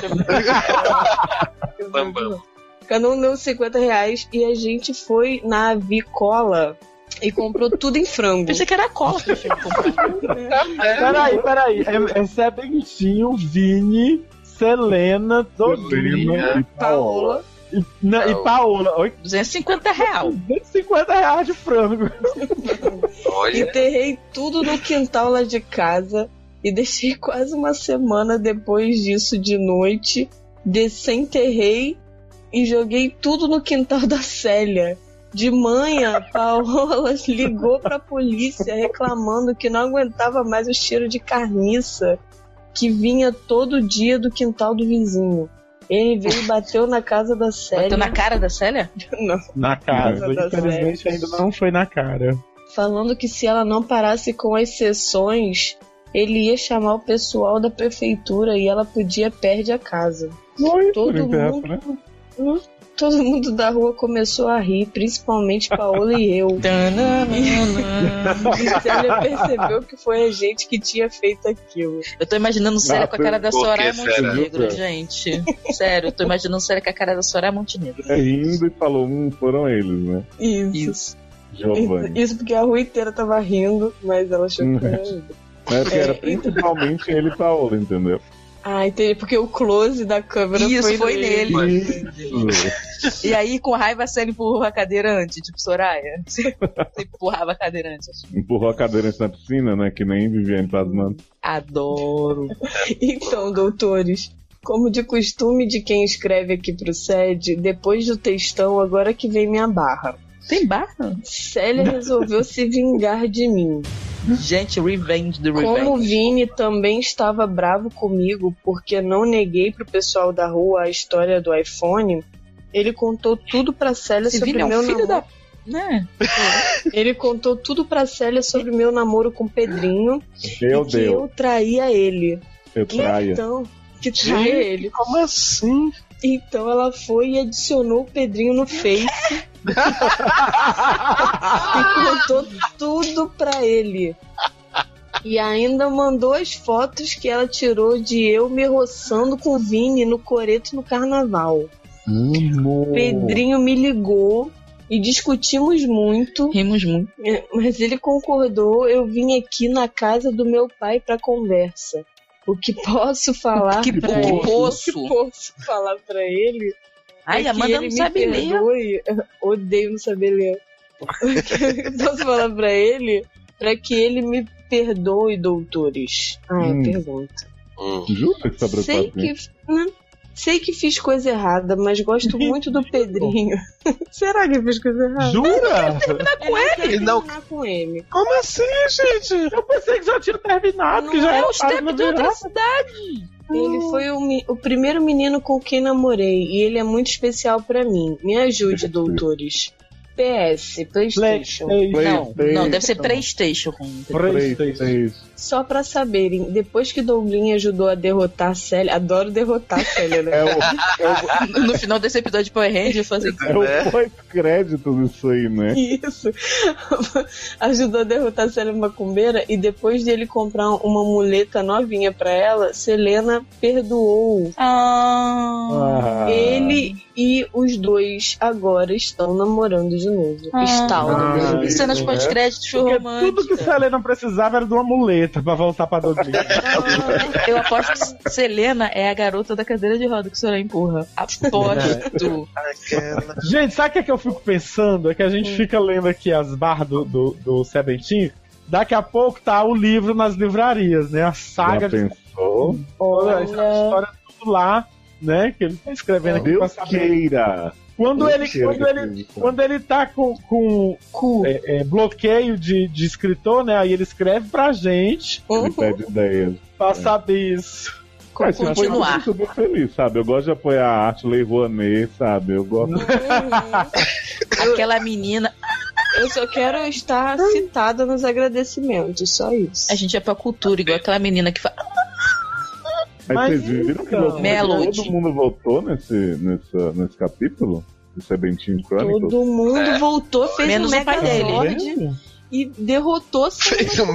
Bam, bam. Cada um deu 50 reais e a gente foi na avicola e comprou tudo em frango. Pensei que era cola que eu tinha que comprar. né? Peraí, peraí. É, é Zé Bentinho, Vini, Selena, Dolina e Paola. E, na- e Paola. Oi? 250 reais. 250 reais de frango. Enterrei tudo no quintal lá de casa e deixei quase uma semana depois disso de noite. Desenterrei e joguei tudo no quintal da Célia. De manhã, Paola ligou pra polícia reclamando que não aguentava mais o cheiro de carniça que vinha todo dia do quintal do vizinho. Ele veio e bateu na casa da Célia. Bateu na cara da Célia? Não. Na Casa casa. da Infelizmente ainda não foi na cara. falando que se ela não parasse com as sessões, ele ia chamar o pessoal da prefeitura e ela podia perder a casa. todo mundo, né? Hum, todo mundo da rua começou a rir, principalmente Paola e eu. E Célia percebeu que foi a gente que tinha feito aquilo. Eu tô imaginando um Sério, com a cara da Soraya Montenegro, Nunca. gente. Sério, eu tô imaginando um sério com a cara da Soraya Montenegro. É, rindo e falou, hum, foram eles, né? Isso. Giovanni. Isso porque a rua inteira tava rindo, mas ela achou que era eu. Né? Porque era principalmente ele e Paola, entendeu? Ah, entendi. Porque o close da câmera Isso, foi, foi nele. Isso. E aí, com raiva, a Célia empurrou a cadeira antes, tipo Soraya. Você empurrava a cadeira antes. assim. Empurrou a cadeirante na piscina, né? Que nem Viviane Plasman. Adoro. Então, doutores, como de costume de quem escreve aqui pro SED, depois do textão, agora que vem minha barra. Tem barra? Célia resolveu se vingar de mim. Gente, revenge do revenge. Como o Vini também estava bravo comigo porque não neguei pro pessoal da rua a história do iPhone, ele contou tudo pra Célia Esse sobre Vini é um meu filho namoro. Né? Ele contou tudo pra Célia sobre meu namoro com o Pedrinho Meu e que eu Deus, traía ele. eu traia. Então, que Gente, trai ele. Como assim? Então ela foi e adicionou o Pedrinho no Face. e contou tudo pra ele. E ainda mandou as fotos que ela tirou de eu me roçando com o Vini no coreto no carnaval. Pedrinho me ligou e discutimos muito. Rimos muito. É, Mas ele concordou, eu vim aqui na casa do meu pai pra conversa. O que posso falar Que pra ele? poço. O Ah, que posso falar pra ele? Ai, é Amanda que não ele me sabe ler. perdoe. Odeio não saber ler. O que eu posso falar pra ele? Pra que ele me perdoe, doutores. Ah, é Hum. pergunta. um Juro que sobrou Sei quatro, que, né? né? Sei que fiz coisa errada, mas gosto muito do Pedrinho. Será que eu fiz coisa errada? Jura? com ele? Não. com ele. Como assim, gente? Eu pensei que já tinha terminado, que Ah, já é era quase outra cidade. Ele foi o, mi- o primeiro menino com quem namorei e ele é muito especial pra mim. Me ajude, doutores. PS, PlayStation. Não, não, deve então. ser Playstation. com- Só pra saberem, depois que Douglinha ajudou a derrotar a Célia, adoro derrotar a Célia, né? No final desse episódio de Power Rangers, eu assim, falei É o pós-crédito disso aí, né? Isso. Ajudou a derrotar a Célia Macumbeira e depois dele comprar uma muleta novinha pra ela, Selena perdoou. Ah. Ele e os dois agora estão namorando de novo. é Instaura. Ah, Cenas isso, pós-créditos foi Porque romântica. Tudo que Selena precisava era de uma muleta pra voltar pra Douglas. Eu aposto que Selena Ah, é a garota da cadeira de roda que o senhor empurra. Aposto. Gente, sabe o que, é que eu fico pensando? É que a gente fica lendo aqui as barras do, do, do Sebentinho. Daqui a pouco tá o livro nas livrarias, né? A saga Ah, Já de pensou? Olha, a história é tudo lá. né? Que ele tá escrevendo aqui Deus pra saber. queira. Quando Deus ele, queira quando, que ele, quando ele tá com, com é, é, bloqueio de, de escritor, né? Aí ele escreve pra gente Me pede ideias. pra saber isso. Cara, se foi isso, Eu tô feliz, sabe? Eu gosto de apoiar a arte, Lei Rouanet, sabe? Eu gosto. Aquela menina. Eu só quero estar citada nos agradecimentos, só isso. A gente Ah. é pra cultura, igual aquela menina que fala. Aí Mas vocês viram que então. loucura que Melody. todo mundo voltou nesse, nessa, nesse capítulo? Isso é Bentinho Chronicles? Todo mundo voltou, fez É. Menos um o pai dele. Megazord e derrotou Fez um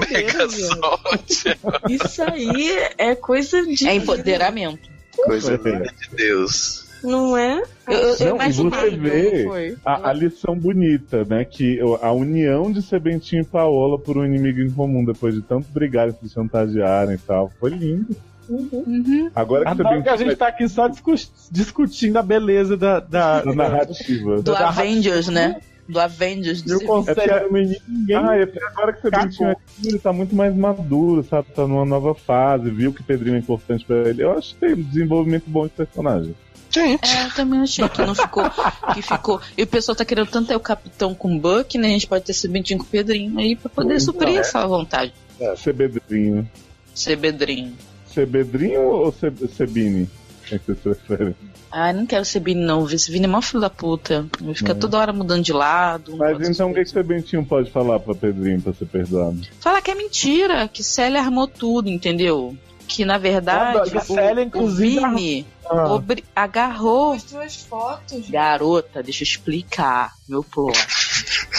Megazord. Isso aí é coisa de. É empoderamento. é. Coisa de Deus. Não é? Não, e você vê a, a lição bonita, né? Que o- a união de Sebentinho e Paola por um inimigo em comum, depois de tanto brigarem, se chantagearem e tal, foi lindo. Uhum. Agora que Adoro Sebentinho que a gente vai- tá aqui só discu- discutindo a beleza da, da, Da narrativa. Do da- Avengers, né? Do Avengers. Eu conceito É porque- do menino, ninguém. Ah, é porque agora que você Pedrinho é filho, ele tá muito mais maduro, sabe? Tá numa nova fase, viu que Pedrinho é importante pra ele. Eu acho que tem um desenvolvimento bom de personagem. Gente. É, eu também achei que não ficou. Que ficou. E o pessoal tá querendo tanto ter o capitão com o Buck, né? A gente pode ter Sebentinho com o Pedrinho aí pra poder Pois suprir é. essa vontade. Ser Bedrinho. Ser Bedrinho. Ser Bedrinho ou ser, ser Bini? É que vocês preferem. Ah, não quero ser Vini, não. Esse Vini é mó filho da puta. Ele Fica Não. toda hora mudando de lado. Mas então o que, que seu Bentinho pode falar pra Pedrinho pra ser perdoado? Fala que é mentira, que Célia armou tudo, entendeu? Que na verdade tipo, Nada, a Célia, inclusive, o Vini arrumou. Ah. obri- agarrou. Suas fotos. Garota, deixa eu explicar meu plot.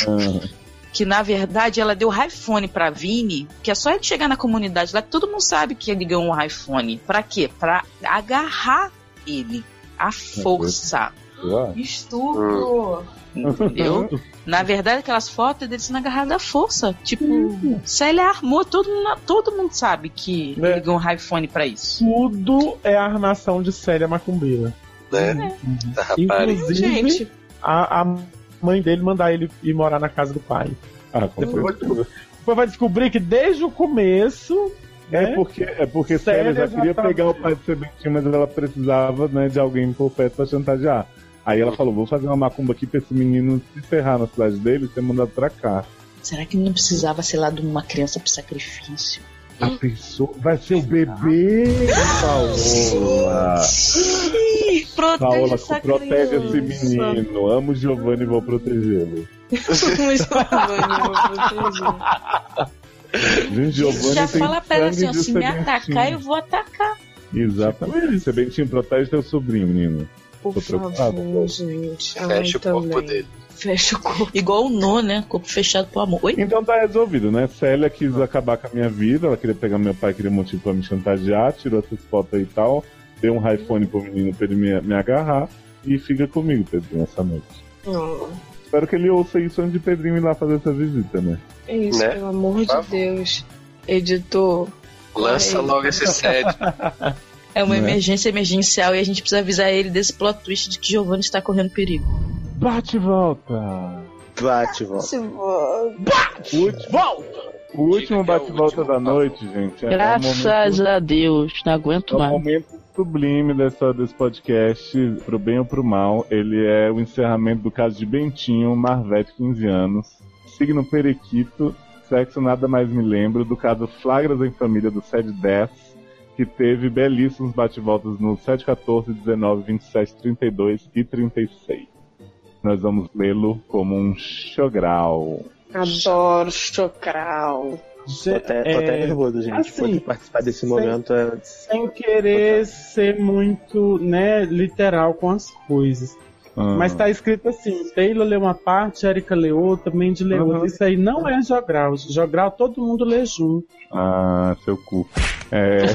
Ah. Que na verdade ela deu iPhone pra Vini, que é só ele chegar na comunidade lá que todo mundo sabe que ele ganhou um iPhone. Pra quê? Pra agarrar ele. A força. Estupro. Uhum. Entendeu? Na verdade, aquelas fotos dele sendo agarrado à força. Tipo, Uhum. Célia armou, todo mundo, todo mundo sabe que É. ele ganhou um iPhone pra isso. Tudo é a armação de Célia Macumbeira. Né? Da Tá, rapariga. Hum. Inclusive, a, a mãe dele mandar ele ir morar na casa do pai. Ah, com Depois, certeza. depois vai descobrir que desde o começo. né, É porque, é porque Célia já queria pegar o pai do Sebentinho, mas ela precisava né, de alguém por perto pra chantagear. Aí ela falou: vou fazer uma macumba aqui pra esse menino se ferrar na cidade dele e ser mandado pra cá. Será que não precisava, sei lá, de uma criança pro sacrifício? A Hum. pessoa vai ser o bebê, Paola. Ih, Paola, protege essa protege esse criança. menino. Amo o Giovanni e vou protegê-lo. Gente, Giovanni Já tem fala pra ela assim, sangue ó, de se me Sebentinho. atacar, eu vou atacar. Exatamente. Sebentinho, protege teu sobrinho, menino. Por Tô preocupado. gente. Fecha o corpo dele. Fecha o corpo. Igual o Nó, né? Corpo fechado pelo amor. Oi? Então tá resolvido, né? Célia quis acabar com a minha vida, ela queria pegar meu pai, queria um motivo pra me chantagear, tirou essas fotos aí e tal, deu um iPhone pro menino pra ele me, me agarrar e fica comigo, Pedrinho, essa noite. Hum. Espero que ele ouça isso antes de Pedrinho ir lá fazer essa visita, né? É isso, Né? pelo amor de Deus. Editor. Lança Ai. logo esse set. É uma Não é? emergência emergencial e a gente precisa avisar ele desse plot twist de que Giovanni está correndo perigo. Bate e volta! Bate, volta. Bate, volta! O último bate-volta da noite, gente. é- é um Graças momento- a Deus, não aguento É um mais. momento sublime dessa, desse podcast, pro bem ou pro mal. Ele é o encerramento do caso de Bentinho, Marvete, 15 anos. Signo Periquito, sexo nada mais me lembro, do caso Flagras em Família do 710, que teve belíssimos bate-voltas no 714, 19, 27, 32 e 36. Nós vamos lê-lo como um xogral. Adoro chocral. Tô até, tô até É, nervoso, gente. assim, poder participar desse momento é. Sem querer ser muito, né, literal com as coisas. Ah. Mas tá escrito assim: Taylor lê uma parte, Erika lê outra, Mandy lê Uhum. outra. Isso aí não é jogral. Jogral todo mundo lê junto. Ah, seu cu. É,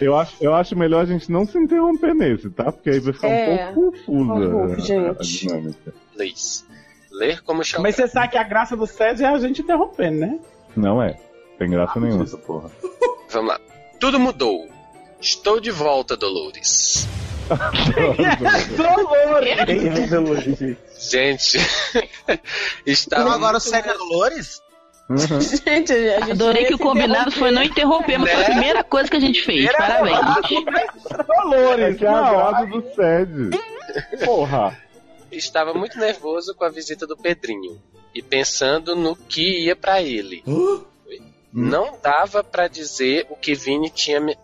eu, acho, eu acho melhor a gente não se interromper nesse, tá? Porque aí vai ficar É, um pouco confusa confuso, a- a gente. dinâmica. Please. Ler como chama. Mas você sabe que a graça do SED é a gente interrompendo, né? Não é. Tem graça nenhuma essa porra. Vamos lá. Tudo mudou. Estou de volta, Dolores. Dolores. Gente, Então estava Ah, agora o Célia Dolores? Uhum. Gente, a gente Adorei nem que o se combinado foi não interromper, mas foi a Né? primeira coisa que a gente fez. Parabéns. Valores, que é a não. graça do SED. Porra. Estava muito nervoso com a visita do Pedrinho e pensando no que ia pra ele. Oi? Não dava pra dizer o que Vini tinha me...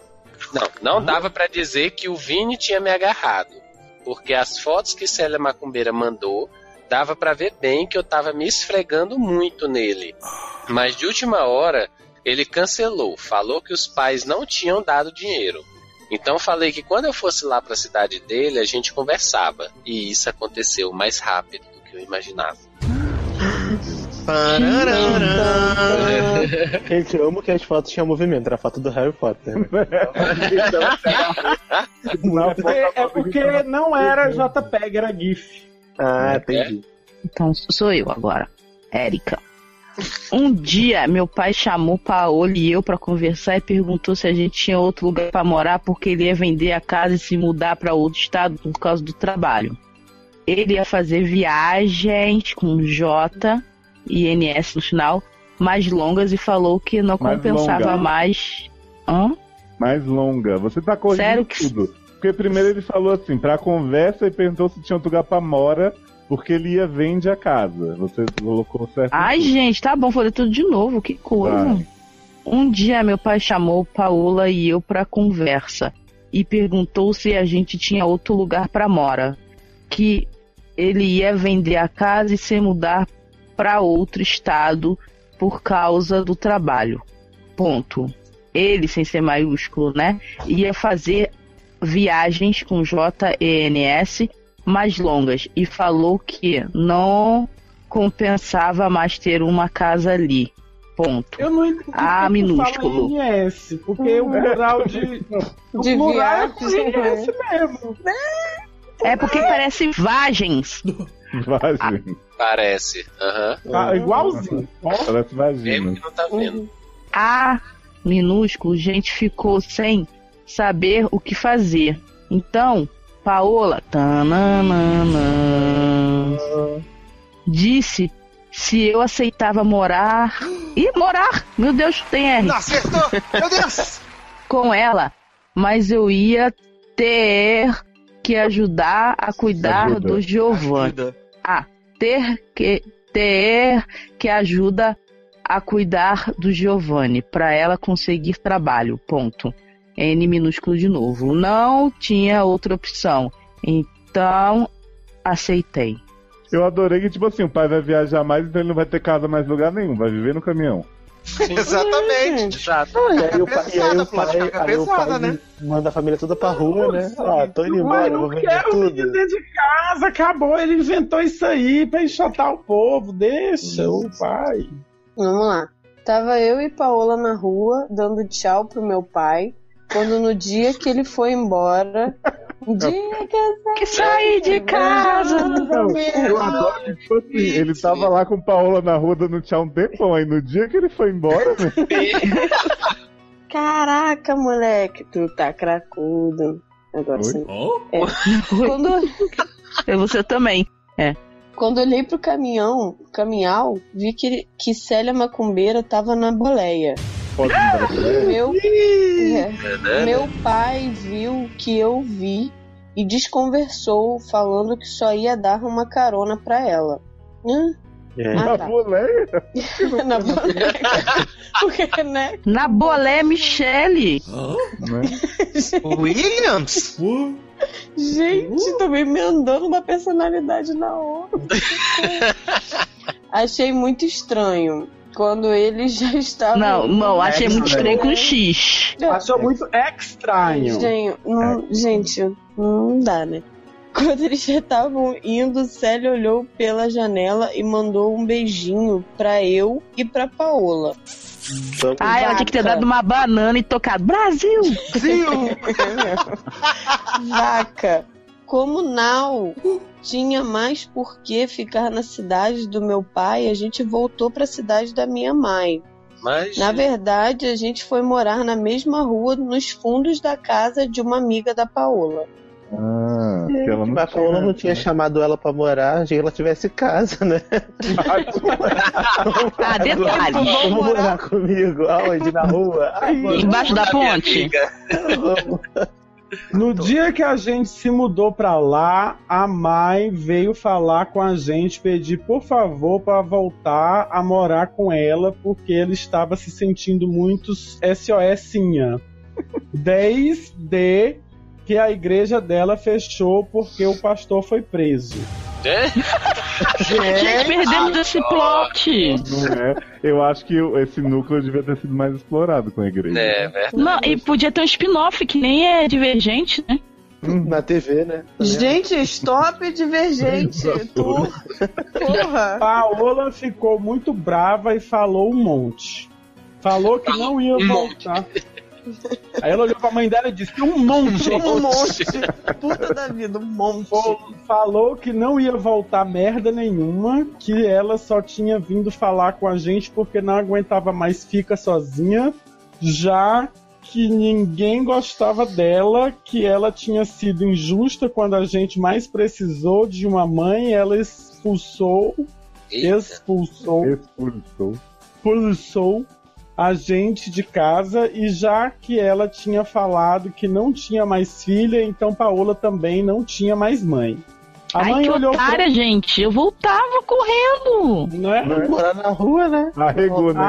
Não, não dava pra dizer que o Vini tinha me agarrado, porque as fotos que Célia Macumbeira mandou dava pra ver bem que eu tava me esfregando muito nele. Mas de última hora ele cancelou, falou que os pais não tinham dado dinheiro. Então falei que quando eu fosse lá pra cidade dele, a gente conversava. E isso aconteceu mais rápido do que eu imaginava. Gente, eu amo que as fotos tinham movimento, era a foto do Harry Potter. É porque, é porque não era né? JPEG, era GIF. Ah, entendi. Então sou eu agora, Érica. Um dia meu pai chamou Paola e eu pra conversar e perguntou se a gente tinha outro lugar pra morar porque ele ia vender a casa e se mudar pra outro estado por causa do trabalho. Ele ia fazer viagens com J e NS no final mais longas e falou que não Mais compensava longa. mais. Hã? Mais longa. Você tá corrigindo Sério que- tudo. Porque primeiro ele falou assim, pra conversa e perguntou se tinha outro lugar pra mora, porque ele ia vende a casa. Você colocou certo. Ai, gente, tá bom, falei tudo de novo, que coisa. Vai. Um dia meu pai chamou Paola e eu pra conversa e perguntou se a gente tinha outro lugar pra mora, que ele ia vender a casa e se mudar pra outro estado por causa do trabalho. Ponto. Ele, sem ser maiúsculo, né, ia fazer viagens com JENS mais longas e falou que não compensava mais ter uma casa ali. Ponto. Eu não entendi. A minúsculo. NS, porque Uhum. o plural de. O plural é com NS mesmo. É porque parece vagens. Vagina. Parece. Aham. Ah, igualzinho. Parece vagina. Não Uhum. tá vendo. A minúsculo, gente ficou sem saber o que fazer. Então, Paola tananana, disse se eu aceitava morar. E morar! Meu Deus, tem R. acertou! Meu Deus! com ela, mas eu ia ter que ajudar a cuidar Ajuda. do Giovanni. Ah, ter que ter que ajuda a cuidar do Giovanni para ela conseguir trabalho. Ponto. N minúsculo de novo. Não tinha outra opção. Então aceitei. Eu adorei que, tipo assim, o pai vai viajar mais, então ele não vai ter casa mais em lugar nenhum, vai viver no caminhão. Exatamente. Exato. E aí o pai, e aí o pô, de pai, carga aí o pai pesada, né? manda a família toda pra rua, né? Ó, tô indo Mas embora, não vou vender quero o tudo. menino dentro de casa, acabou. Ele inventou isso aí pra enxotar o povo. Deixa o pai. Vamos lá. Tava eu e Paola na rua, dando tchau pro meu pai, quando no dia que ele foi embora. Diga que saí de casa. É, Eu adoro que, tipo assim, ele tava lá com Paola na rua dando tchau um tempão, aí no dia que ele foi embora, né? Caraca, moleque, tu tá cracudo. Agora sim. É. Quando, Eu você também. É. quando olhei pro caminhão, caminhal, vi que, que Célia Macumbeira tava na boleia. Pode Ah, Meu, né, é. meu né? pai viu o que eu vi e desconversou, falando que só ia dar uma carona pra ela. Hã? Na Ah, tá. boleia? na boleia. Porque, né? Na bolé Michele. Williams? Gente, tô me emendando da personalidade na hora. achei muito estranho quando ele já estava. é. Não, não, achei muito estranho com X. Achou muito estranho. Gente, não, gente, não dá, né? Quando eles já estavam indo, Célia olhou pela janela e mandou um beijinho pra eu e pra Paola. Ah, ela tinha que ter Vaca. dado uma banana e tocado Brasil! Vaca. Como não tinha mais por que ficar na cidade do meu pai, a gente voltou pra cidade da minha mãe. Mas. Na verdade, a gente foi morar na mesma rua, nos fundos da casa de uma amiga da Paola. Ah, que ela não Mas a Paola não tinha chamado ela pra morar, achei que ela tivesse casa, né? Ah, detalhe. Vamos morar comigo, aonde? Na rua? Ah, Ai, Embaixo da ponte. No dia que a gente se mudou pra lá, a mãe veio falar com a gente, pedir por favor pra voltar a morar com ela, porque ele estava se sentindo muito SOSinha. Desde que a igreja dela fechou porque o pastor foi preso. Gente, perdemos esse plot. Não é? Eu acho que esse núcleo devia ter sido mais explorado com a igreja. É, verdade. Não, e podia ter um spin-off que nem é divergente, né? Na TV, né? Gente, stop divergente. tu- Porra. Paola ficou muito brava e falou um monte. Falou que não ia voltar. Aí ela olhou pra mãe dela e disse: Um monte! Um monte. Puta da vida, um monte. Falou que não ia voltar merda nenhuma, que ela só tinha vindo falar com a gente porque não aguentava mais fica sozinha, já que ninguém gostava dela, que ela tinha sido injusta quando a gente mais precisou de uma mãe, ela expulsou, expulsou, expulsou, expulsou a gente de casa e já que ela tinha falado que não tinha mais filha, então Paola também não tinha mais mãe. A Ai, mãe que olhou otária, pra... gente. Eu voltava correndo. Não é? Vamos morar na rua, né? Arregou, né?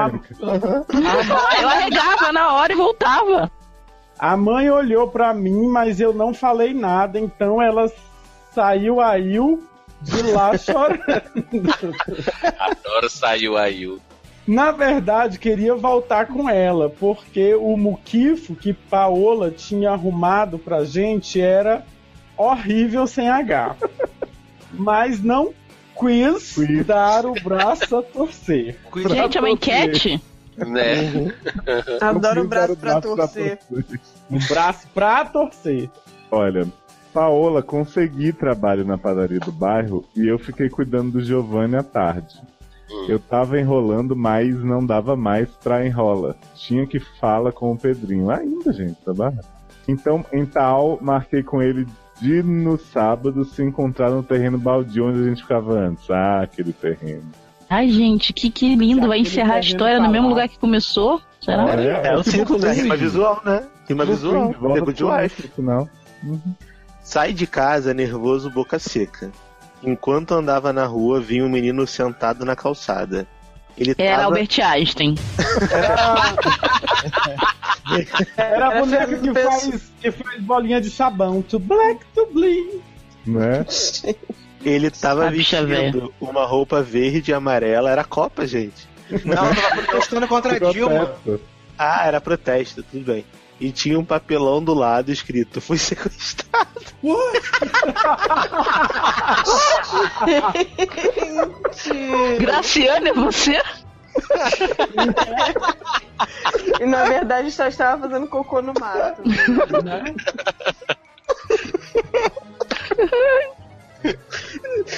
Ah, Eu arregava na hora e voltava. A mãe olhou pra mim, mas eu não falei nada, então ela saiu aí de lá chorando. Adoro saiu aí. o- Na verdade, queria voltar com ela, porque o muquifo que Paola tinha arrumado pra gente era horrível sem H. Mas não quis, dar o braço a torcer. Gente, é uma enquete? Né? Adoro o braço pra torcer. Um braço pra torcer. Olha, Paola, consegui trabalho na padaria do bairro e eu fiquei cuidando do Giovanni à tarde. Hum. Eu tava enrolando, mas não dava mais pra enrola. Tinha que fala com o Pedrinho. Ainda, gente, tá barra. Então, em tal, marquei com ele de no sábado se encontrar no terreno baldio onde a gente ficava antes. Ah, aquele terreno. Ai, gente, que, que lindo. Vai encerrar a história no mesmo lugar é que começou? Será? É um ciclo, né? Rima visual, né? Rima visual. Pegou de wife. Não. Sai de casa nervoso, boca seca. Enquanto andava na rua, vi um menino sentado na calçada. Ele Era tava... É Albert Einstein. Era é a boneca que faz, que faz bolinha de sabão. To black, to bling. Né? Ele tava A bicha vestindo uma roupa verde e amarela. Era Copa, gente. Não, tava protestando contra a Dilma. Ah, era protesto, tudo bem. E tinha um papelão do lado escrito: Fui sequestrado. Graciane, é você? E na verdade só estava fazendo cocô no mato.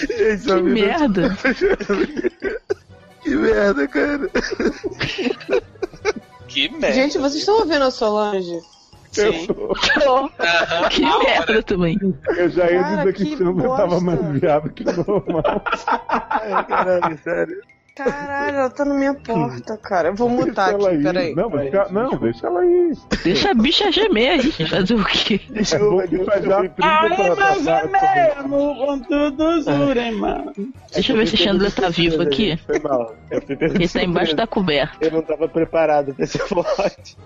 Gente, Que merda. que merda, cara. Que Gente, vocês estão ouvindo a Solange? Sim. Que merda também. Eu já ia Cara, dizer que, que que eu tava bosta. mais viado que normal. Caralho, sério. Caralho, ela tá na minha porta, cara. Eu vou mutar Deixa ela aqui, aí. né? peraí. Não, deixa, não, deixa ela aí. Deixa a bicha gemer aí. Fazer o quê? É bom que vai dar Ai, 30 pra mas passar. é mesmo, com tudo jurema. Deixa eu ver se Chandler tá vivo aqui. Foi mal. Eu fui pego de Ele tá embaixo surpresa. da coberta. Eu não tava preparado pra esse plot.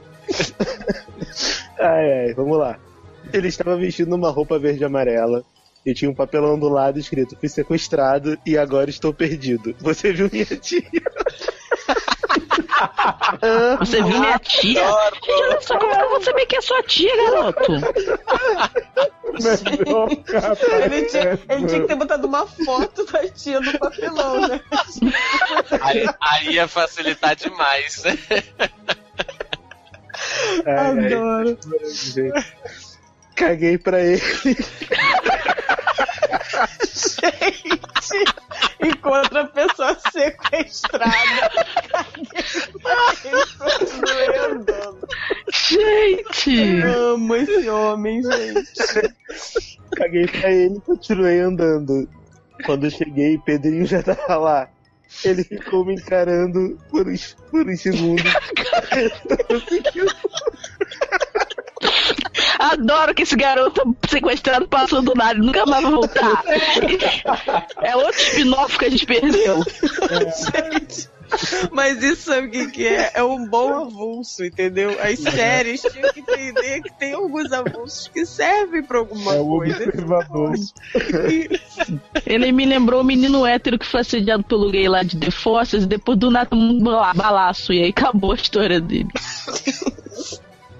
ai, ai, vamos lá. Ele estava vestindo uma roupa verde e amarela. E tinha um papelão do lado escrito: Fui sequestrado e agora estou perdido. Você viu minha tia? Você viu minha tia? Gente, olha só como que eu vou saber que é sua tia, garoto. Ele tinha, ele tinha que ter botado uma foto da tia no papelão, né? Aí, aí ia facilitar demais. É, Ai, ai. Adoro. Gente, Caguei pra ele. Gente, encontra a pessoa sequestrada. Gente! Amo esse homem, gente. Caguei pra ele e continuei andando. Quando eu cheguei, Pedrinho já tava lá. Ele ficou me encarando por uns, por uns segundos. Adoro que esse garoto sequestrado passou do nada e nunca mais vai voltar. É outro spin-off que a gente perdeu. Mas isso sabe o que, que é? É um bom avulso, entendeu? As séries tinham que entender que tem alguns avulsos que servem pra alguma é um coisa. Ele me lembrou o menino hétero que foi assediado pelo gay lá de The Forces e depois do nada um bala- balaço e aí acabou a história dele.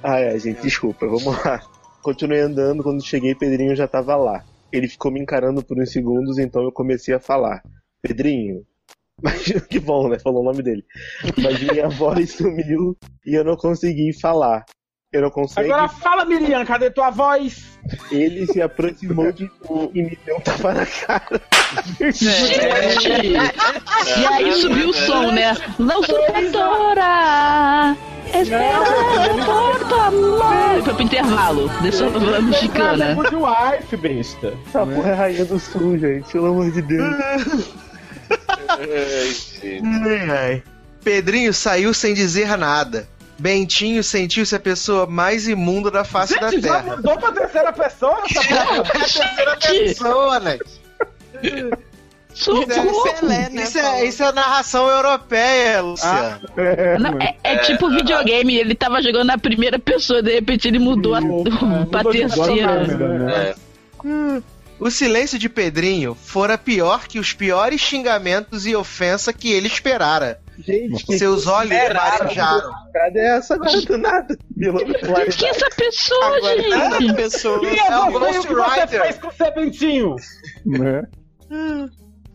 Ah, é, gente, desculpa, vamos lá. Continuei andando, quando cheguei, Pedrinho já tava lá. Ele ficou me encarando por uns segundos, então eu comecei a falar. Pedrinho. Mas que bom, né? Falou o nome dele. Mas minha voz sumiu e eu não consegui falar. Eu não consegui. Agora fala, Miriam, cadê tua voz? Ele se aproximou de mim e me deu um tapa na cara. É. É. E aí subiu o som, né? Não superiora! Espera por amor! E Foi pro intervalo. Desceu pra banda mexicana. Wife, besta. Essa porra é a rainha do sul, gente, pelo amor de Deus. Ai, ai. Pedrinho saiu sem dizer nada. Bentinho sentiu-se a pessoa mais imunda da face da Gente, já terra. mudou pra terceira pessoa essa porra? terceira pessoa, né? Isso é, isso, é- isso é, isso é narração europeia, Luciano. Não, é, é tipo videogame, ele tava jogando na primeira pessoa, de repente ele mudou a, Hum, um pra né? terceira. Hum. O silêncio de Pedrinho fora pior que os piores xingamentos e ofensa que ele esperara. Gente, Seus olhos Esperara. marejaram. Ah, Cadê essa agora do nada? Pelo amor de Deus. Que é essa pessoa, Agora, gente? essa pessoa- E é É um você, o que você ghostwriter. fez com o Serpentinho? né?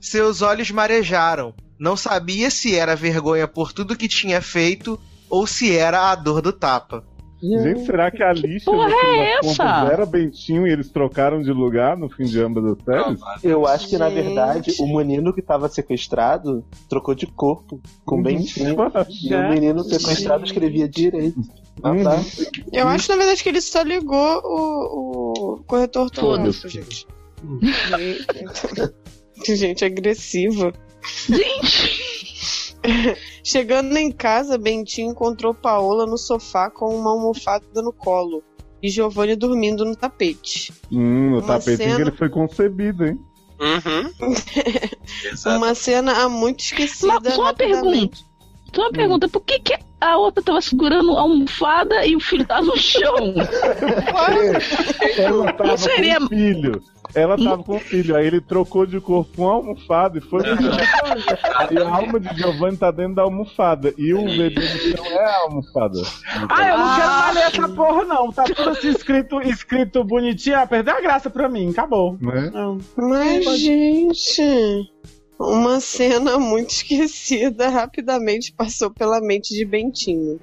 Seus olhos marejaram. Não sabia se era vergonha por tudo que tinha feito ou se era a dor do tapa. Gente, será que a lixa porra no fim é das essa? contas, era Bentinho e eles trocaram de lugar no fim de ambas as séries? Eu acho que, na verdade, o menino que tava sequestrado trocou de corpo com o Bentinho. e É. o menino sequestrado escrevia direito. Ah, tá. Eu acho, na verdade, que ele só ligou o, o corretor todo. gente. Que gente agressiva. Gente! Chegando em casa, Bentinho encontrou Paola no sofá com uma almofada no colo e Giovanni dormindo no tapete. Hum, o Uma tapetinho que cena- ele foi concebido, hein? Uhum. uma cena há muito esquecida. Só uma pergunta. Só Hum. uma pergunta, por que, que a outra tava segurando a almofada e o filho tava no chão? Ela tava seria- com o filho. Ela tava com o filho. Aí ele trocou de corpo com a almofada e foi. e a alma de Giovanni tá dentro da almofada. E o bebê no chão é a almofada. Ah, eu não quero mais ler essa porra, não. Tá tudo assim escrito, escrito bonitinho. Ah, perdeu a graça pra mim, acabou. Né? Não. Mas, gente, uma cena muito esquecida rapidamente passou pela mente de Bentinho.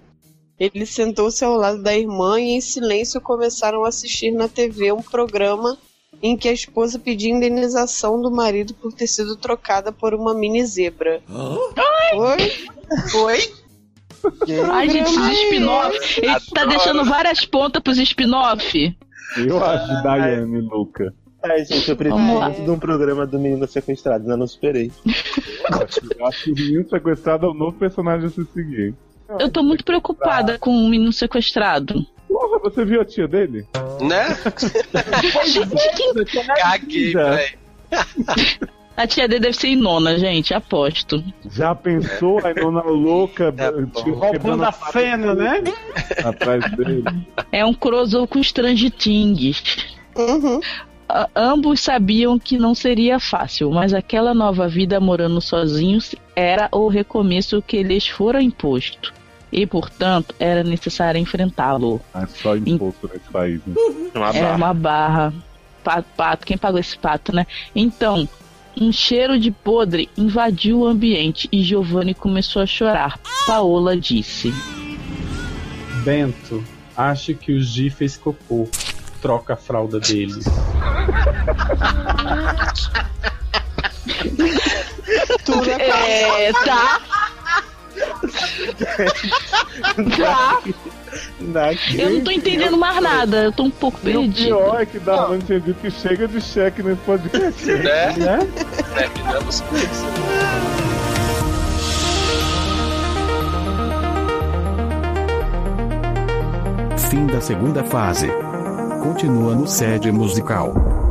Ele sentou-se ao lado da irmã e, em silêncio, começaram a assistir na TV um programa em que a esposa pedia indenização do marido por ter sido trocada por uma mini zebra. Oi? Oi? Ai, gente, esses spin-off. Ele tá deixando várias pontas pros spin-off. Eu Ah, acho Daiane louca. Ai, gente, eu Vamos prefiro lá. isso de um programa do Menino Sequestrado, ainda não superei. Eu acho que o menino sequestrado é o novo personagem a se seguir. Eu tô muito preocupada com o menino sequestrado. Porra, você viu a tia dele? Né? Caguei, velho. A tia D deve ser inona, gente, aposto. Já pensou a nona louca tipo, tio, quebrando É Roubando a parede cena, né? atrás dele? É um crossover com os Trangitingues. A- ambos sabiam que não seria fácil, mas aquela nova vida morando sozinhos era o recomeço que lhes fora imposto. E, portanto, era necessário enfrentá-lo. É só imposto nesse país. Né? Era É uma barra. Pato, pato, quem pagou esse pato, né? Então, um cheiro de podre invadiu o ambiente e Giovanni começou a chorar. Paola disse. Bento, acho que o G fez cocô. Troca a fralda dele. É, tá. tá. Eu não tô entendendo mais nada, eu tô um pouco E o perdido. pior é que Darlan tinha dito que chega de cheque nesse podcast. Né? Né? Terminamos com isso. Fim da segunda fase. Continua no sede musical.